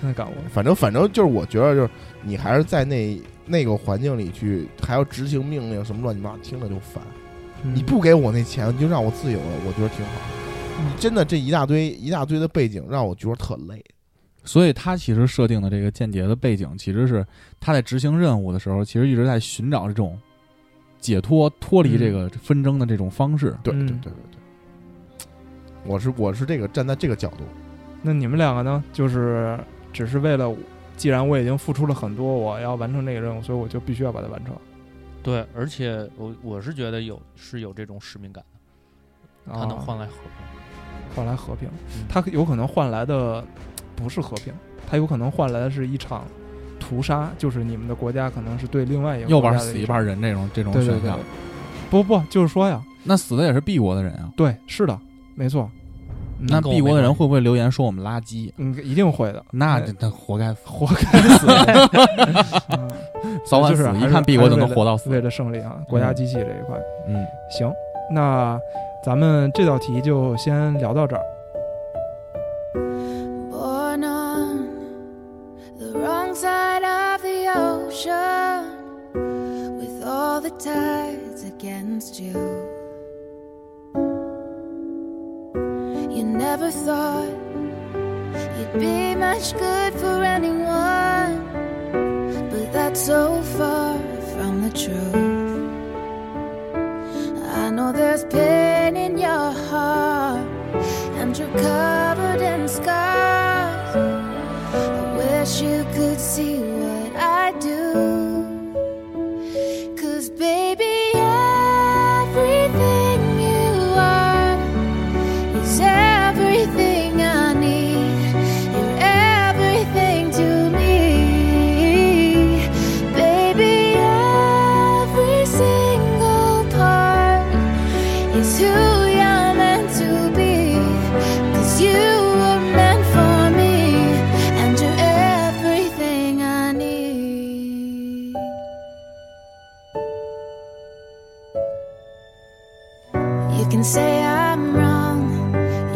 Speaker 3: 新的感悟。
Speaker 5: 反正反正就是我觉得就是你还是在那那个环境里去，还要执行命令什么乱七八糟，听着就烦。
Speaker 3: 嗯
Speaker 5: 你不给我那钱，你就让我自由了，我觉得挺好。你真的这一大堆一大堆的背景，让我觉得特累。
Speaker 6: 所以他其实设定的这个间谍的背景，其实是他在执行任务的时候，其实一直在寻找这种解脱、脱离这个纷争的这种方式。
Speaker 5: 对对
Speaker 3: 嗯
Speaker 5: 对对对，我是我是这个站在这个角度。
Speaker 3: 那你们两个呢？就是只是为了，既然我已经付出了很多，我要完成这个任务，所以我就必须要把它完成。
Speaker 4: 对，而且我我是觉得有是有这种使命感的，它
Speaker 3: 啊
Speaker 4: 能换来和平。
Speaker 3: 哦换来和平
Speaker 4: 嗯，
Speaker 3: 它有可能换来的不是和平，它有可能换来的是一场屠杀，就是你们的国家可能是对另外一个
Speaker 6: 右
Speaker 3: 国
Speaker 6: 半
Speaker 3: 家的
Speaker 6: 死
Speaker 3: 一
Speaker 6: 一
Speaker 3: 种
Speaker 6: 半人这种这种
Speaker 3: 对对
Speaker 6: 选
Speaker 3: 对
Speaker 6: 项，，
Speaker 3: 不不，就是说呀，
Speaker 6: 那死的也是 B 国的人啊。
Speaker 3: 对，是的，没错。
Speaker 6: 那
Speaker 4: 跟我
Speaker 6: 避
Speaker 4: 没
Speaker 6: 国的人
Speaker 4: 关系
Speaker 6: 会不会留言说我们垃圾？
Speaker 3: 嗯，一定会 的。
Speaker 6: 那
Speaker 3: 哎
Speaker 6: 这他活该，
Speaker 3: 活该死，嗯
Speaker 6: 早晚
Speaker 3: 就
Speaker 6: 死
Speaker 3: 是。还
Speaker 6: 一
Speaker 3: 是
Speaker 6: 看避国就能活到
Speaker 3: 为
Speaker 6: 死。
Speaker 3: 了胜利啊，国家机器这一块。
Speaker 6: 嗯，
Speaker 3: 行，那咱们这道题就先聊到这儿。
Speaker 2: Born on the wrong side of the ocean, with all the tides against you. You never thought you'd be much good for anyone, but that's so far from the truth. I know there's pain in your heart and you're covered in scars. I wish you could see what I do. Cause, baby, everything you are is everything I need. You're everything to me. Baby, every single part is who you're meant to be. Cause you were meant for me, and you're everything I need. You can say I'm wrong,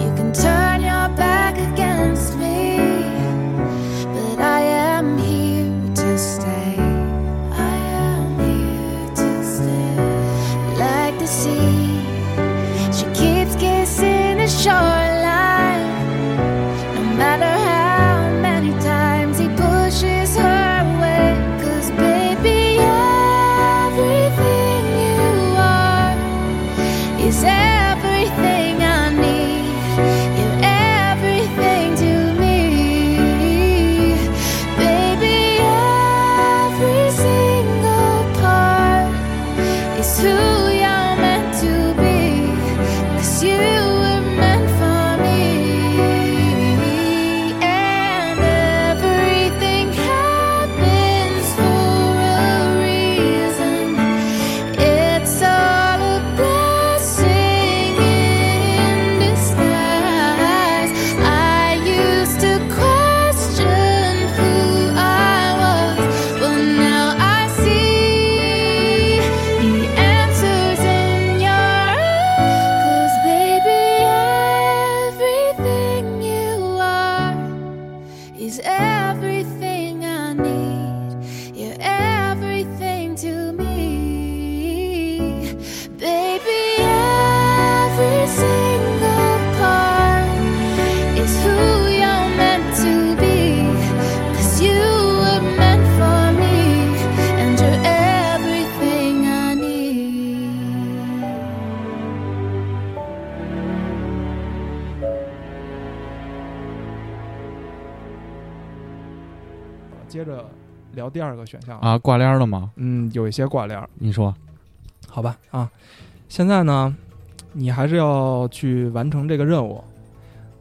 Speaker 2: you can turn your back against me, but I am here to stay. I am here to stay. Like the sea. She keeps kissing the shoreline. No matter how many times he pushes her away. Cause baby, everything you are is everything I need. You're everything to me. Baby, every single part is who you're meant to be. Cause you were meant for me. And everything happens for a reason. It's all a blessing in disguise. I used to question who I was, but now I see the answers in your eyes. 'Cause baby, everything you are is everything I need. You're everything to me. Baby, every single part is who you're meant to be. Cause you were meant for me, and you're everything I need.
Speaker 3: 接着聊第二个选项，
Speaker 6: 啊，挂帘了吗？
Speaker 3: 嗯，有一些挂链儿，
Speaker 6: 你说
Speaker 3: 好吧啊。现在呢，你还是要去完成这个任务，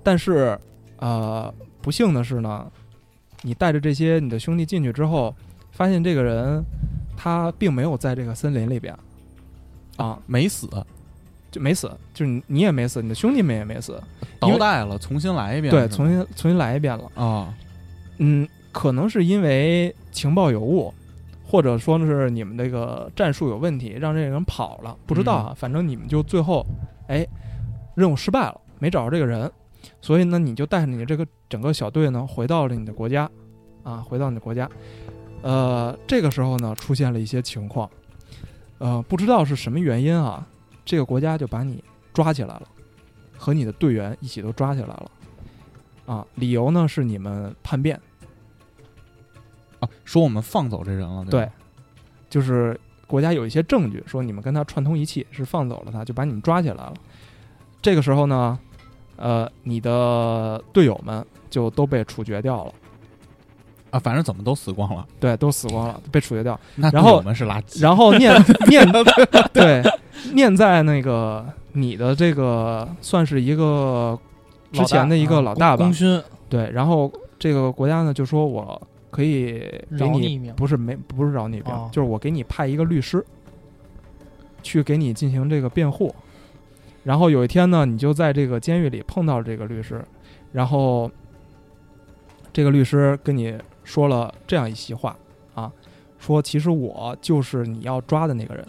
Speaker 3: 但是呃，不幸的是呢，你带着这些你的兄弟进去之后，发现这个人他并没有在这个森林里边啊，
Speaker 6: 没死，
Speaker 3: 就没死，就是你你也没死，你的兄弟们也没死，因
Speaker 6: 倒
Speaker 3: 为
Speaker 6: 带了，重新来一遍。
Speaker 3: 对，
Speaker 6: 是吧
Speaker 3: 重新重新来一遍了。
Speaker 6: 啊，
Speaker 3: 嗯，可能是因为情报有误，或者说是你们这个战术有问题，让这个人跑了，不知道啊。反正你们就最后，哎，任务失败了，没找着这个人，所以呢，你就带着你的这个整个小队呢，回到了你的国家，啊，回到你的国家。呃，这个时候呢，出现了一些情况，呃，不知道是什么原因啊，这个国家就把你抓起来了，和你的队员一起都抓起来了。啊，理由呢是你们叛变，
Speaker 6: 啊，说我们放走这人了，吧
Speaker 3: 对，就是国家有一些证据说你们跟他串通一气，是放走了他，就把你们抓起来了。这个时候呢，呃，你的队友们就都被处决掉了，
Speaker 6: 啊，反正怎么都死光了。
Speaker 3: 对，都死光了，被处决掉。
Speaker 6: 那
Speaker 3: 然后
Speaker 6: 我们是垃圾，
Speaker 3: 然后念念对念在那个你的这个算是一个之前的一个老大吧
Speaker 4: 嗯功，勋
Speaker 3: 对。然后这个国家呢就说我可以给
Speaker 4: 饶你一命
Speaker 3: 不是没不是饶你一命，
Speaker 4: 哦
Speaker 3: 就是我给你派一个律师，去给你进行这个辩护。然后有一天呢，你就在这个监狱里碰到了这个律师，然后这个律师跟你说了这样一席话啊，说其实我就是你要抓的那个人，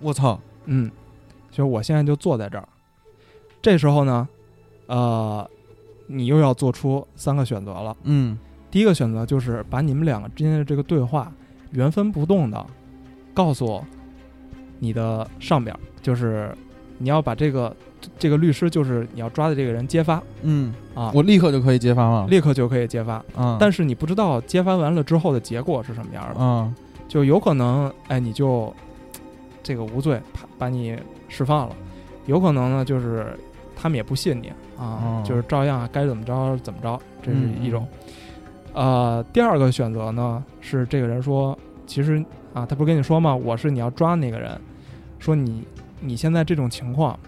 Speaker 6: 我操，
Speaker 3: 嗯，就是我现在就坐在这儿。这时候呢，呃，你又要做出三个选择了。
Speaker 6: 嗯
Speaker 3: 第一个选择就是把你们两个之间的这个对话原封不动的告诉你的上边儿，就是你要把这个这个律师，就是你要抓的这个人揭发
Speaker 6: 嗯，
Speaker 3: 啊，
Speaker 6: 我立刻就可以揭发吗？
Speaker 3: 立刻就可以揭发。
Speaker 6: 啊，
Speaker 3: 但是你不知道揭发完了之后的结果是什么样的，
Speaker 6: 啊，
Speaker 3: 就有可能哎你就这个无罪，啪把你释放了；有可能呢就是他们也不信你啊，
Speaker 6: 哦
Speaker 3: 就是照样该怎么着怎么着，这是
Speaker 6: 嗯
Speaker 3: 一种。呃，第二个选择呢是这个人说，其实啊，他不是跟你说吗？我是你要抓那个人，说你你现在这种情况，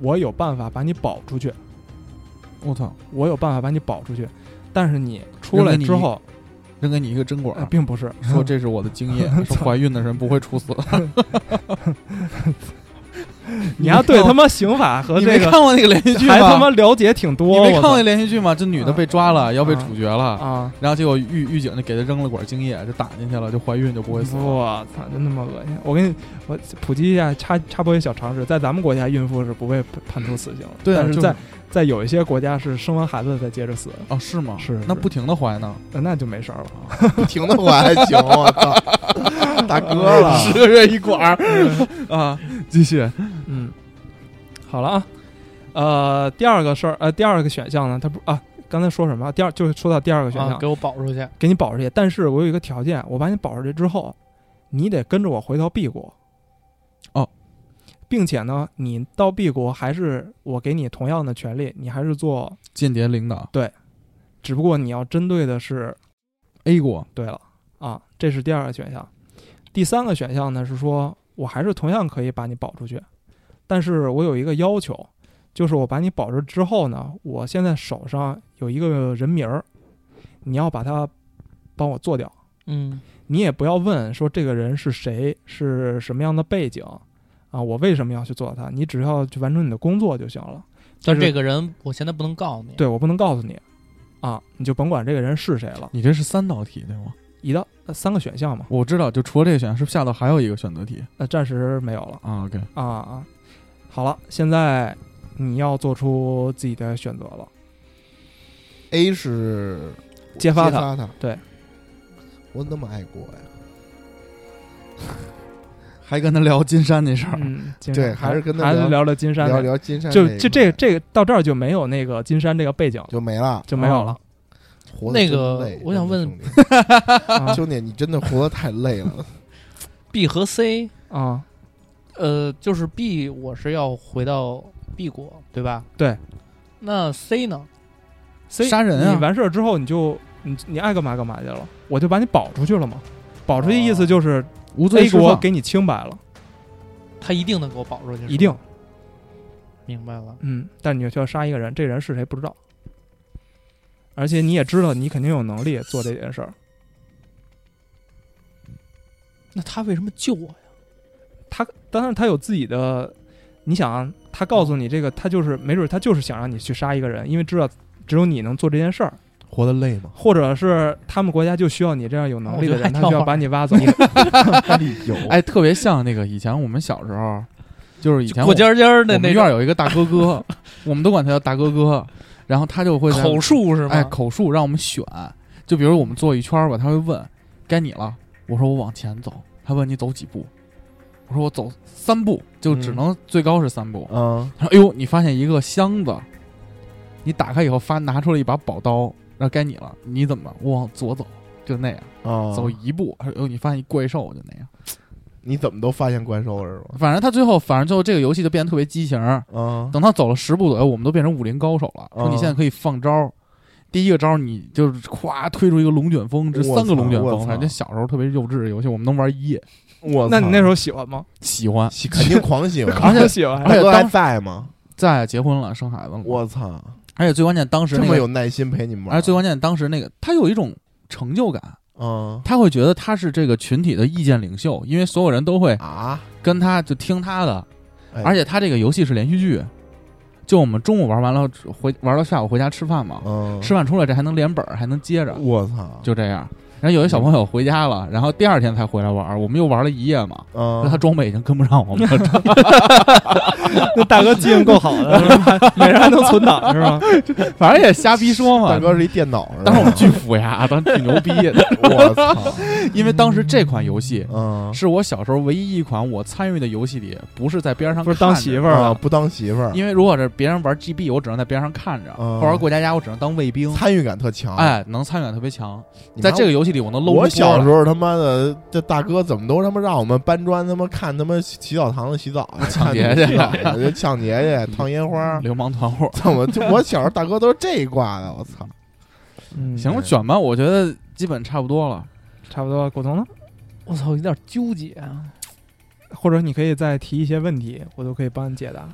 Speaker 3: 我有办法把你保出去，
Speaker 6: 我操，
Speaker 3: 我有办法把你保出去，但是你出来
Speaker 6: 扔给你
Speaker 3: 之后，
Speaker 6: 扔给你一个针管
Speaker 3: 呃
Speaker 6: 儿，
Speaker 3: 并 不是，
Speaker 6: 说这是我的经验， 说怀孕的人不会处死。
Speaker 3: 你要对他妈刑法和
Speaker 6: 你没
Speaker 3: 这
Speaker 6: 看
Speaker 3: 个
Speaker 6: 过那个连续剧吗？
Speaker 3: 还他妈了解挺多，
Speaker 6: 你没看过
Speaker 3: 我
Speaker 6: 那连续剧吗？这女的被抓了，要被处决
Speaker 3: 操
Speaker 6: 了，
Speaker 3: 啊！
Speaker 6: 然后结果狱狱警就给她扔了管精液，就打进去了，就怀孕就不会死。
Speaker 3: 我操，真他妈恶心！我给你，我普及一下，插插播一小常识，在咱们国家，孕妇是不被判判处死刑的，
Speaker 6: 对啊，
Speaker 3: 但是
Speaker 6: 就
Speaker 3: 在在有一些国家是生完孩子再接着死，
Speaker 6: 哦是吗？
Speaker 3: 是
Speaker 6: 那
Speaker 3: 是
Speaker 6: 不停的怀 呢，
Speaker 3: 呃那就没事儿了。
Speaker 5: 不停的还行，我操，大哥了，
Speaker 6: 十个月一管儿 啊，继续。
Speaker 3: 嗯，好了啊，呃，第二个事儿，呃，第二个选项呢，它不啊，刚才说什么？第二就是说到第二个选项，
Speaker 4: 啊，给我保出去。
Speaker 3: 给你保出去，但是我有一个条件，我把你保出去之后，你得跟着我回到 B 国。
Speaker 6: 哦，
Speaker 3: 并且呢，你到 B 国还是我给你同样的权利，你还是做，
Speaker 6: 间谍领导
Speaker 3: 只不过你要针对的是
Speaker 6: A 国，
Speaker 3: 对了啊，这是第二个选项。第三个选项呢是说，我还是同样可以把你保出去，但是我有一个要求，就是我把你保出之后呢，我现在手上有一个人名儿，你要把它帮我做掉。
Speaker 4: 嗯，
Speaker 3: 你也不要问说这个人是谁，是什么样的背景啊，我为什么要去做他？你只要去完成你的工作就行了。
Speaker 4: 但
Speaker 3: 是
Speaker 4: 这个人我现在不能告你。，
Speaker 3: 对我不能告诉你啊，你就甭管这个人是谁了。
Speaker 6: 你这是三道题对吗？
Speaker 3: 一到呃三个选项嘛，
Speaker 6: 我知道，就除了这个选项，是不是下头还有一个选择题
Speaker 3: 呃，暂时没有了
Speaker 6: 啊？OK，
Speaker 3: 啊啊。好了，现在你要做出自己的选择了。
Speaker 5: A 是
Speaker 3: 揭发他
Speaker 5: 他
Speaker 3: 对，
Speaker 5: 我那么爱国呀，
Speaker 6: 还跟他聊金山那事儿，
Speaker 3: 嗯，金
Speaker 5: 对
Speaker 3: 山
Speaker 5: 还是跟他
Speaker 3: 还是
Speaker 5: 聊
Speaker 3: 聊聊金山
Speaker 5: 聊
Speaker 3: 那个，
Speaker 5: 聊金山那一
Speaker 3: 就
Speaker 5: 块儿，
Speaker 3: 就这这个到这儿就没有那个金山这个背景了，
Speaker 5: 就没了，
Speaker 3: 就没有了。
Speaker 5: 哦活得
Speaker 4: 那
Speaker 5: 真
Speaker 4: 个
Speaker 5: 累
Speaker 4: 我想问
Speaker 5: 真的兄弟
Speaker 3: 啊
Speaker 5: 兄弟，你真的活得太累了，
Speaker 4: B 和 C，
Speaker 3: 啊，
Speaker 4: 呃，就是 B 我是要回到 B 国，对吧？
Speaker 3: 对。
Speaker 4: 那 C 呢？
Speaker 3: 所以
Speaker 6: 杀人啊
Speaker 3: 你完事儿之后，你就你你爱干嘛干嘛去了，我就把你保出去了嘛。保出去意思
Speaker 5: 哦
Speaker 3: 就是
Speaker 6: 无罪
Speaker 3: A
Speaker 6: 释
Speaker 3: 国
Speaker 6: 放。
Speaker 3: 给你清白了，
Speaker 4: 他一定能给我保出去。
Speaker 3: 一定。
Speaker 4: 明白了。
Speaker 3: 嗯，但是你就需要杀一个人，这人是谁不知道，而且你也知道你肯定有能力做这件事儿，
Speaker 4: 那他为什么救我呀？
Speaker 3: 他当然他有自己的，你想啊，他告诉你这个，他就是没准儿他就是想让你去杀一个人，因为知道只有你能做这件事儿，
Speaker 5: 活得累吗？
Speaker 3: 或者是他们国家就需要你这样有能力的
Speaker 4: 我觉得还
Speaker 3: 人，他
Speaker 4: 挺
Speaker 3: 需
Speaker 4: 好
Speaker 3: 要把你 挖走。
Speaker 5: 有，
Speaker 6: 哎，特别像那个以前我们小时候，就是以前我
Speaker 4: 过尖尖儿
Speaker 6: 我
Speaker 4: 的
Speaker 6: 们
Speaker 4: 那
Speaker 6: 院
Speaker 4: 种
Speaker 6: 儿有一个大哥 哥，我们都管他叫大哥哥，然后他就会在
Speaker 4: 口述是吗？
Speaker 6: 哎口述让我们选，就比如我们坐一圈儿吧，他会问该你了，我说我往前走，他问你走几步，我说我走三步，就只
Speaker 4: 嗯
Speaker 6: 能最高是三步。
Speaker 5: 嗯，
Speaker 6: 他说哎呦，你发现一个箱子，你打开以后发拿出了一把宝刀，那该你了，你怎么我往左走？就那样
Speaker 5: 啊，
Speaker 6: 走一步，哎呦，你发现一怪兽就那样，
Speaker 5: 你怎么都发现怪兽了是吗？
Speaker 6: 反正他最后，反正最后这个游戏就变得特别畸形儿，
Speaker 5: 啊，
Speaker 6: 等他走了十步左右，我们都变成武林高手了。说你
Speaker 5: 嗯
Speaker 6: 现在可以放招儿，第一个招儿你就是咵推出一个龙卷风，这
Speaker 5: 我
Speaker 6: 三个龙
Speaker 5: 操
Speaker 6: 卷
Speaker 5: 我
Speaker 6: 风，
Speaker 5: 操
Speaker 6: 反正小时候特别幼稚的游戏，我们能玩一夜，
Speaker 5: 我
Speaker 3: 那你那时
Speaker 5: 候
Speaker 3: 候喜欢吗？
Speaker 6: 喜欢。
Speaker 5: 肯定狂喜欢，
Speaker 6: 而且
Speaker 3: 喜欢
Speaker 6: 而且
Speaker 5: 大哥还
Speaker 6: 当
Speaker 5: 在吗？
Speaker 6: 再结婚了，生孩子了，
Speaker 5: 我操，
Speaker 6: 而且最关键当时
Speaker 5: 这
Speaker 6: 那
Speaker 5: 么有
Speaker 6: 个，
Speaker 5: 耐心陪你们玩，
Speaker 6: 而且最关键当时那个，他有一种成就感，
Speaker 5: 嗯
Speaker 6: 他会觉得他是这个群体的意见领袖，因为所有人都会
Speaker 5: 啊，
Speaker 6: 跟他就听他的，
Speaker 5: 哎
Speaker 6: 而且他这个游戏是连续剧，就我们中午玩完了回玩到下午回家吃饭嘛，
Speaker 5: 嗯，哦
Speaker 6: 吃饭出来这还能连本儿，还能接着，
Speaker 5: 我操，
Speaker 6: 就这样。然后有一小朋友回家了，然后第二天才回来玩儿，我们又玩了一夜嘛，
Speaker 5: 嗯，
Speaker 6: 他装备已经跟不上我们了，
Speaker 3: 那大哥记性够好的，是吧每人还能存档是吧？
Speaker 6: 反正也瞎逼说嘛。
Speaker 5: 大哥是一电脑，
Speaker 6: 啊
Speaker 5: 是吧
Speaker 6: 当时我们巨服呀， 当时巨牛逼，
Speaker 5: 我操，
Speaker 6: 因为当时这款游戏
Speaker 5: 嗯，
Speaker 6: 是我小时候唯一一款我参与的游戏里，不是在边上
Speaker 3: 不是当
Speaker 6: 看着
Speaker 3: 媳妇
Speaker 5: 不
Speaker 3: 儿 了，
Speaker 5: 啊不当媳妇儿，
Speaker 6: 啊因为如果是别人玩 GB，我只能在边上看着；
Speaker 5: 嗯
Speaker 6: 玩过家家，我只能当卫兵。
Speaker 5: 参与感特强。，
Speaker 6: 哎，能参与感特别强，
Speaker 5: 你妈
Speaker 6: 在这个游戏里我能搂
Speaker 5: 我小时
Speaker 6: 候
Speaker 5: 候他妈的，这大哥怎么都他妈让我们搬砖，他妈看他妈洗澡堂子洗澡，
Speaker 6: 抢劫去
Speaker 5: 看洗澡去，抢 劫去，烫烟花。
Speaker 6: 流氓团伙，
Speaker 5: 怎么就我小时候大哥都是这一挂的，我操！
Speaker 3: 嗯
Speaker 6: 行，卷吧，我觉得基本差不多了。
Speaker 4: 嗯
Speaker 3: 差不多。果冻呢？
Speaker 4: 我操，有点纠结啊。
Speaker 3: 或者你可以再提一些问题，我都可以帮你解答。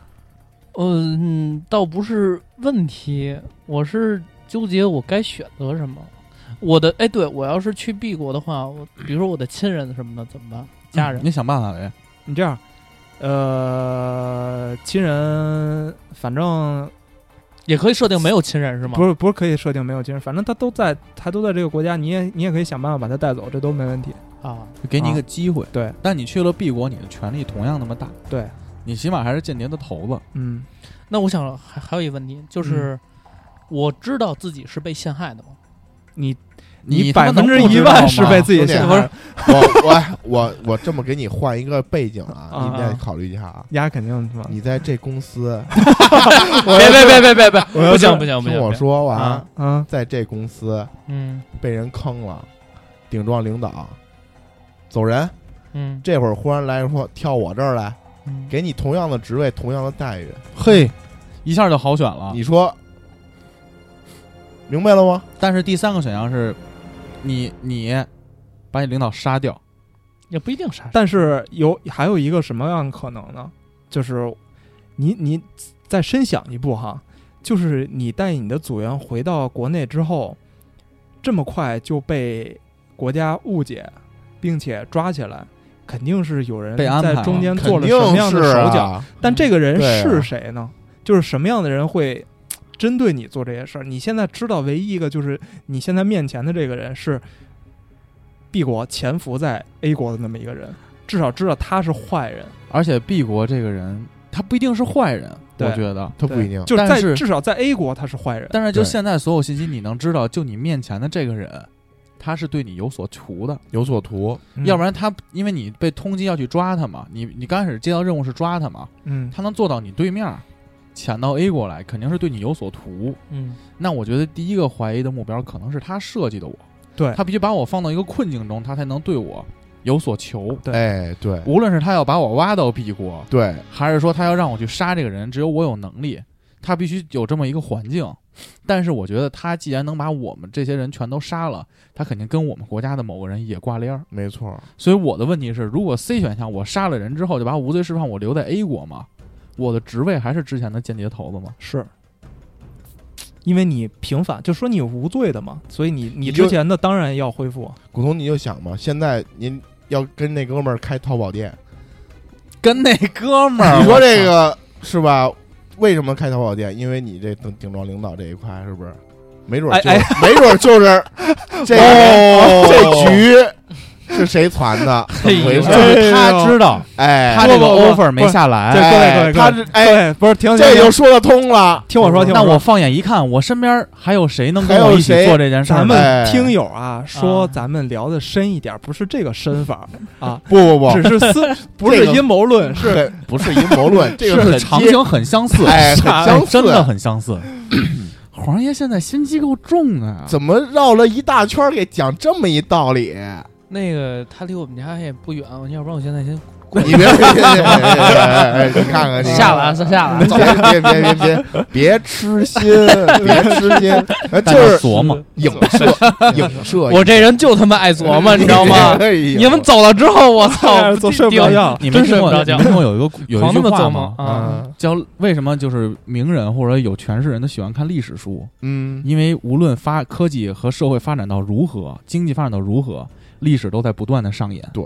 Speaker 4: 嗯，倒不是问题，我是纠结我该选择什么。我的哎，对我要是去 B 国的话，我比如说我的亲人什么的怎么办？家人
Speaker 6: 你想办法呗。
Speaker 3: 你这样，呃，亲人，反正
Speaker 4: 也可以设定没有亲人是吗？
Speaker 3: 不是不是可以设定没有亲人，反正他都在，他都在这个国家，你也你也可以想办法把他带走，这都没问题。
Speaker 4: 啊，
Speaker 6: 就给你一个机会。
Speaker 3: 对，
Speaker 6: 但你去了 B 国，你的权力同样那么大。
Speaker 3: 对，
Speaker 6: 你起码还是间谍的头子。
Speaker 3: 嗯，
Speaker 4: 那我想还还有一个问题，就是、我知道自己是被陷害的吗？
Speaker 3: 你
Speaker 6: 他
Speaker 3: 百
Speaker 6: 妈
Speaker 3: 分
Speaker 6: 能
Speaker 3: 之
Speaker 6: 不知
Speaker 3: 一
Speaker 6: 道吗
Speaker 3: 万是被自己
Speaker 5: 兄弟
Speaker 3: 陷
Speaker 5: 不
Speaker 3: 害
Speaker 5: 是，我我我我这么给你换一个背景啊，
Speaker 3: 啊
Speaker 5: 你再考虑一下啊。
Speaker 3: 丫肯定他妈
Speaker 5: 你在这公 司，
Speaker 4: 别别别别别别，不行不行不
Speaker 5: 听
Speaker 4: 行！
Speaker 5: 我
Speaker 4: 不行，
Speaker 5: 说完
Speaker 4: 啊，
Speaker 3: 啊，
Speaker 5: 在这公司
Speaker 4: 嗯
Speaker 5: 被人坑了，顶撞领导，走人。
Speaker 4: 嗯
Speaker 5: 这会儿忽然来说跳我这儿来，
Speaker 4: 嗯，
Speaker 5: 给你同样的职位，同样的待遇，
Speaker 6: 嘿，一下就好选
Speaker 3: 啊
Speaker 6: 了。
Speaker 5: 你说明白了吗？
Speaker 6: 但是第三个选项是，你你把你领导杀掉。
Speaker 4: 也不一定杀人。
Speaker 3: 但是有还有一个什么样的可能呢？就是你你再深想一步哈，就是你带你的组员回到国内之后，这么快就被国家误解，并且抓起来，肯定是有人
Speaker 6: 被安排
Speaker 3: 在中间做了
Speaker 5: 肯
Speaker 3: 什么
Speaker 5: 定
Speaker 3: 样
Speaker 5: 是
Speaker 3: 的手脚。
Speaker 5: 啊，
Speaker 3: 但这个人
Speaker 5: 对啊
Speaker 3: 是谁呢？就是什么样的人会嘖针对你做这些事儿？你现在知道唯一一个就是你现在面前的这个人是 B 国潜伏在 A 国的那么一个人，至少知道他是坏人。
Speaker 6: 而且 B 国这个人，他不一定是坏人，我
Speaker 3: 对
Speaker 6: 觉得。
Speaker 5: 他不一定。
Speaker 3: 就在
Speaker 6: 但是
Speaker 3: 至少在 A 国他是坏人。
Speaker 6: 但是就
Speaker 5: 对
Speaker 6: 现在所有信息，你能知道，就你面前的这个人，他是对你有所图的，有所图。
Speaker 4: 嗯
Speaker 6: 要不
Speaker 3: 然，
Speaker 6: 然他，因为你被通缉要去抓他嘛，你你刚开始接到任务是抓他嘛，
Speaker 3: 嗯，
Speaker 6: 他能坐到你对面儿，潜到 A 过来，肯定是对你有所图。
Speaker 4: 嗯
Speaker 6: 那我觉得第一个怀疑的目标可能是他设计的我，
Speaker 3: 对
Speaker 6: 他必须把我放到一个困境中，他才能对我有所求。
Speaker 3: 对
Speaker 5: 哎，对
Speaker 6: 无论是他要把我挖到 B 国，
Speaker 5: 对，
Speaker 6: 还是说他要让我去杀这个人，只有我有能力，他必须有这么一个环境。但是我觉得他既然能把我们这些人全都杀了，他肯定跟我们国家的某个人也挂链儿。
Speaker 5: 没错。
Speaker 6: 所以我的问题是，如果 C 选项我杀了人之后就把我无罪释放，我留在 A 国吗？我的职位还是之前的间谍头子吗？
Speaker 3: 是。因为你平反，就说你无罪的嘛，所以你你
Speaker 5: 就
Speaker 3: 之前的当然要恢复。
Speaker 5: 古潼，你就想嘛，现在您要跟那哥们儿开淘宝店，
Speaker 6: 跟那哥们儿，
Speaker 5: 你说这
Speaker 6: 我操，
Speaker 5: 个是吧？为什么开淘宝店？因为你这顶顶撞领导这一块是不是？没准儿就、
Speaker 3: 哎
Speaker 5: 没准儿就是这个、这局是谁传的？怎么回事
Speaker 6: 就？是他知道
Speaker 5: 哎，
Speaker 6: 他这个
Speaker 3: 不不不
Speaker 6: offer 没下
Speaker 3: 这
Speaker 6: 来，
Speaker 3: 各位各
Speaker 5: 哎
Speaker 3: 位各位
Speaker 5: 他是哎，
Speaker 3: 对，不是，停，
Speaker 5: 这
Speaker 3: 停
Speaker 5: 就说得通了。
Speaker 3: 听我说，听
Speaker 6: 那
Speaker 3: 我说
Speaker 6: 我，放眼一看，我身边还有谁能跟
Speaker 5: 还
Speaker 6: 我
Speaker 5: 有
Speaker 6: 一起
Speaker 5: 谁
Speaker 6: 做这件事儿
Speaker 3: 咱
Speaker 6: 呢？
Speaker 5: 哎
Speaker 3: 们听友啊说
Speaker 4: 啊
Speaker 3: 咱们聊的深一点，不是这个深法啊，
Speaker 5: 不不不，
Speaker 3: 只是思不
Speaker 5: 这
Speaker 3: 是
Speaker 5: 个
Speaker 3: 阴谋论， 是
Speaker 5: 是不是阴谋论？这个
Speaker 6: 是
Speaker 5: 很
Speaker 6: 场
Speaker 5: 接
Speaker 6: 景很相似，
Speaker 5: 哎很
Speaker 6: 哎
Speaker 5: 相似
Speaker 6: 真的很相 似。黄爷现在心机够重啊！
Speaker 5: 怎么绕了一大圈儿给讲这么一道理？
Speaker 4: 那个他离我们家也不远，要不然我现在先
Speaker 5: 你别别别别别别，你看看你
Speaker 4: 下了啊下了啊。
Speaker 5: 别别别别别别痴心，别痴心，呃就
Speaker 6: 但是
Speaker 5: 是
Speaker 6: 琢磨，
Speaker 5: 影射影射。
Speaker 4: 我这人就他妈爱琢磨，你知道吗？
Speaker 5: 哎呦
Speaker 4: 你们走了之后，我操，
Speaker 3: 哎做睡不着觉。
Speaker 6: 你们
Speaker 4: 真
Speaker 6: 听
Speaker 4: 睡不
Speaker 6: 过
Speaker 4: 着
Speaker 6: 你
Speaker 4: 觉
Speaker 6: 们，听过有一 个有一
Speaker 4: 狂
Speaker 6: 句
Speaker 4: 那么
Speaker 6: 话
Speaker 4: 琢磨
Speaker 6: 吗？
Speaker 4: 啊！
Speaker 6: 叫为什么就是名人或者有权势人都喜欢看历史书？
Speaker 5: 嗯，
Speaker 6: 因为无论发科技和社会发展到如何，经济发展到如何，历史都在不断的上演。
Speaker 5: 对，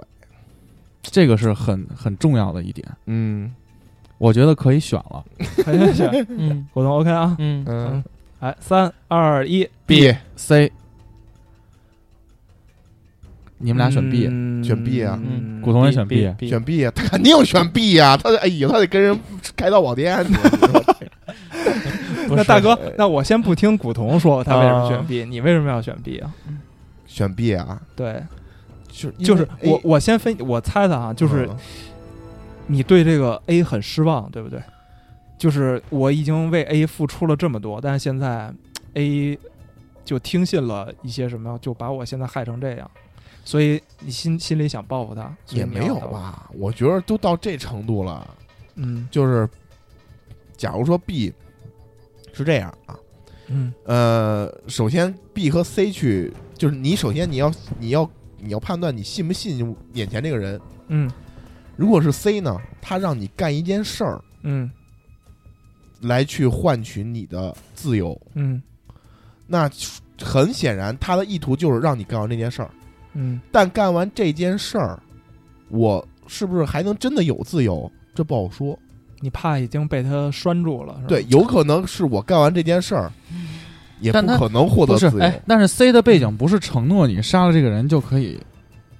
Speaker 6: 这个是很很重要的一点。
Speaker 5: 嗯，
Speaker 6: 我觉得可以选了。
Speaker 3: 很明显，
Speaker 4: 嗯
Speaker 3: 果冻 OK 啊，
Speaker 4: 嗯，
Speaker 5: 嗯
Speaker 3: 来三二一，
Speaker 5: ，B
Speaker 6: C，你们俩选 B，、
Speaker 3: 嗯
Speaker 5: 选 B 啊
Speaker 4: 嗯
Speaker 6: 古潼也选 B，
Speaker 4: B
Speaker 5: 选 B 啊，他肯定选 B 呀，他哎呦，他得跟人开淘宝店去。
Speaker 3: 那大哥，那我先不听古潼说他为什
Speaker 6: 啊
Speaker 3: 么选 B，你为什么要选 B 啊？
Speaker 5: 选 B 啊，
Speaker 3: 对，
Speaker 5: 就
Speaker 3: 就是我，我先分，我猜猜啊，就是
Speaker 5: 嗯
Speaker 3: 你对这个 A 很失望，对不对？就是我已经为 A 付出了这么多，但是现在 A 就听信了一些什么，就把我现在害成这样，所以你心心里想报复他，所以
Speaker 5: 也
Speaker 3: 你
Speaker 5: 没
Speaker 3: 要
Speaker 5: 有
Speaker 3: 他？
Speaker 5: 吧？我觉得都到这程度了，
Speaker 3: 嗯
Speaker 5: 就是假如说 B 是这样啊，
Speaker 3: 嗯
Speaker 5: 呃，首先 B 和 C 去，就是你首先你要你要你要判断你信不信眼前这个人。
Speaker 3: 嗯
Speaker 5: 如果是 C 呢，他让你干一件事儿
Speaker 3: 嗯
Speaker 5: 来去换取你的自由，
Speaker 3: 嗯
Speaker 5: 那很显然他的意图就是让你干完这件事儿。
Speaker 3: 嗯
Speaker 5: 但干完这件事儿，我是不是还能真的有自由？这不好说。
Speaker 3: 你怕已经被他拴住了，是吧？
Speaker 5: 对，，有可能是我干完这件事儿，也不
Speaker 6: 但他
Speaker 5: 可能获得
Speaker 6: 不
Speaker 5: 自
Speaker 6: 是
Speaker 5: 由。
Speaker 6: 哎，但是 C 的背景不是承诺你杀了这个人就可以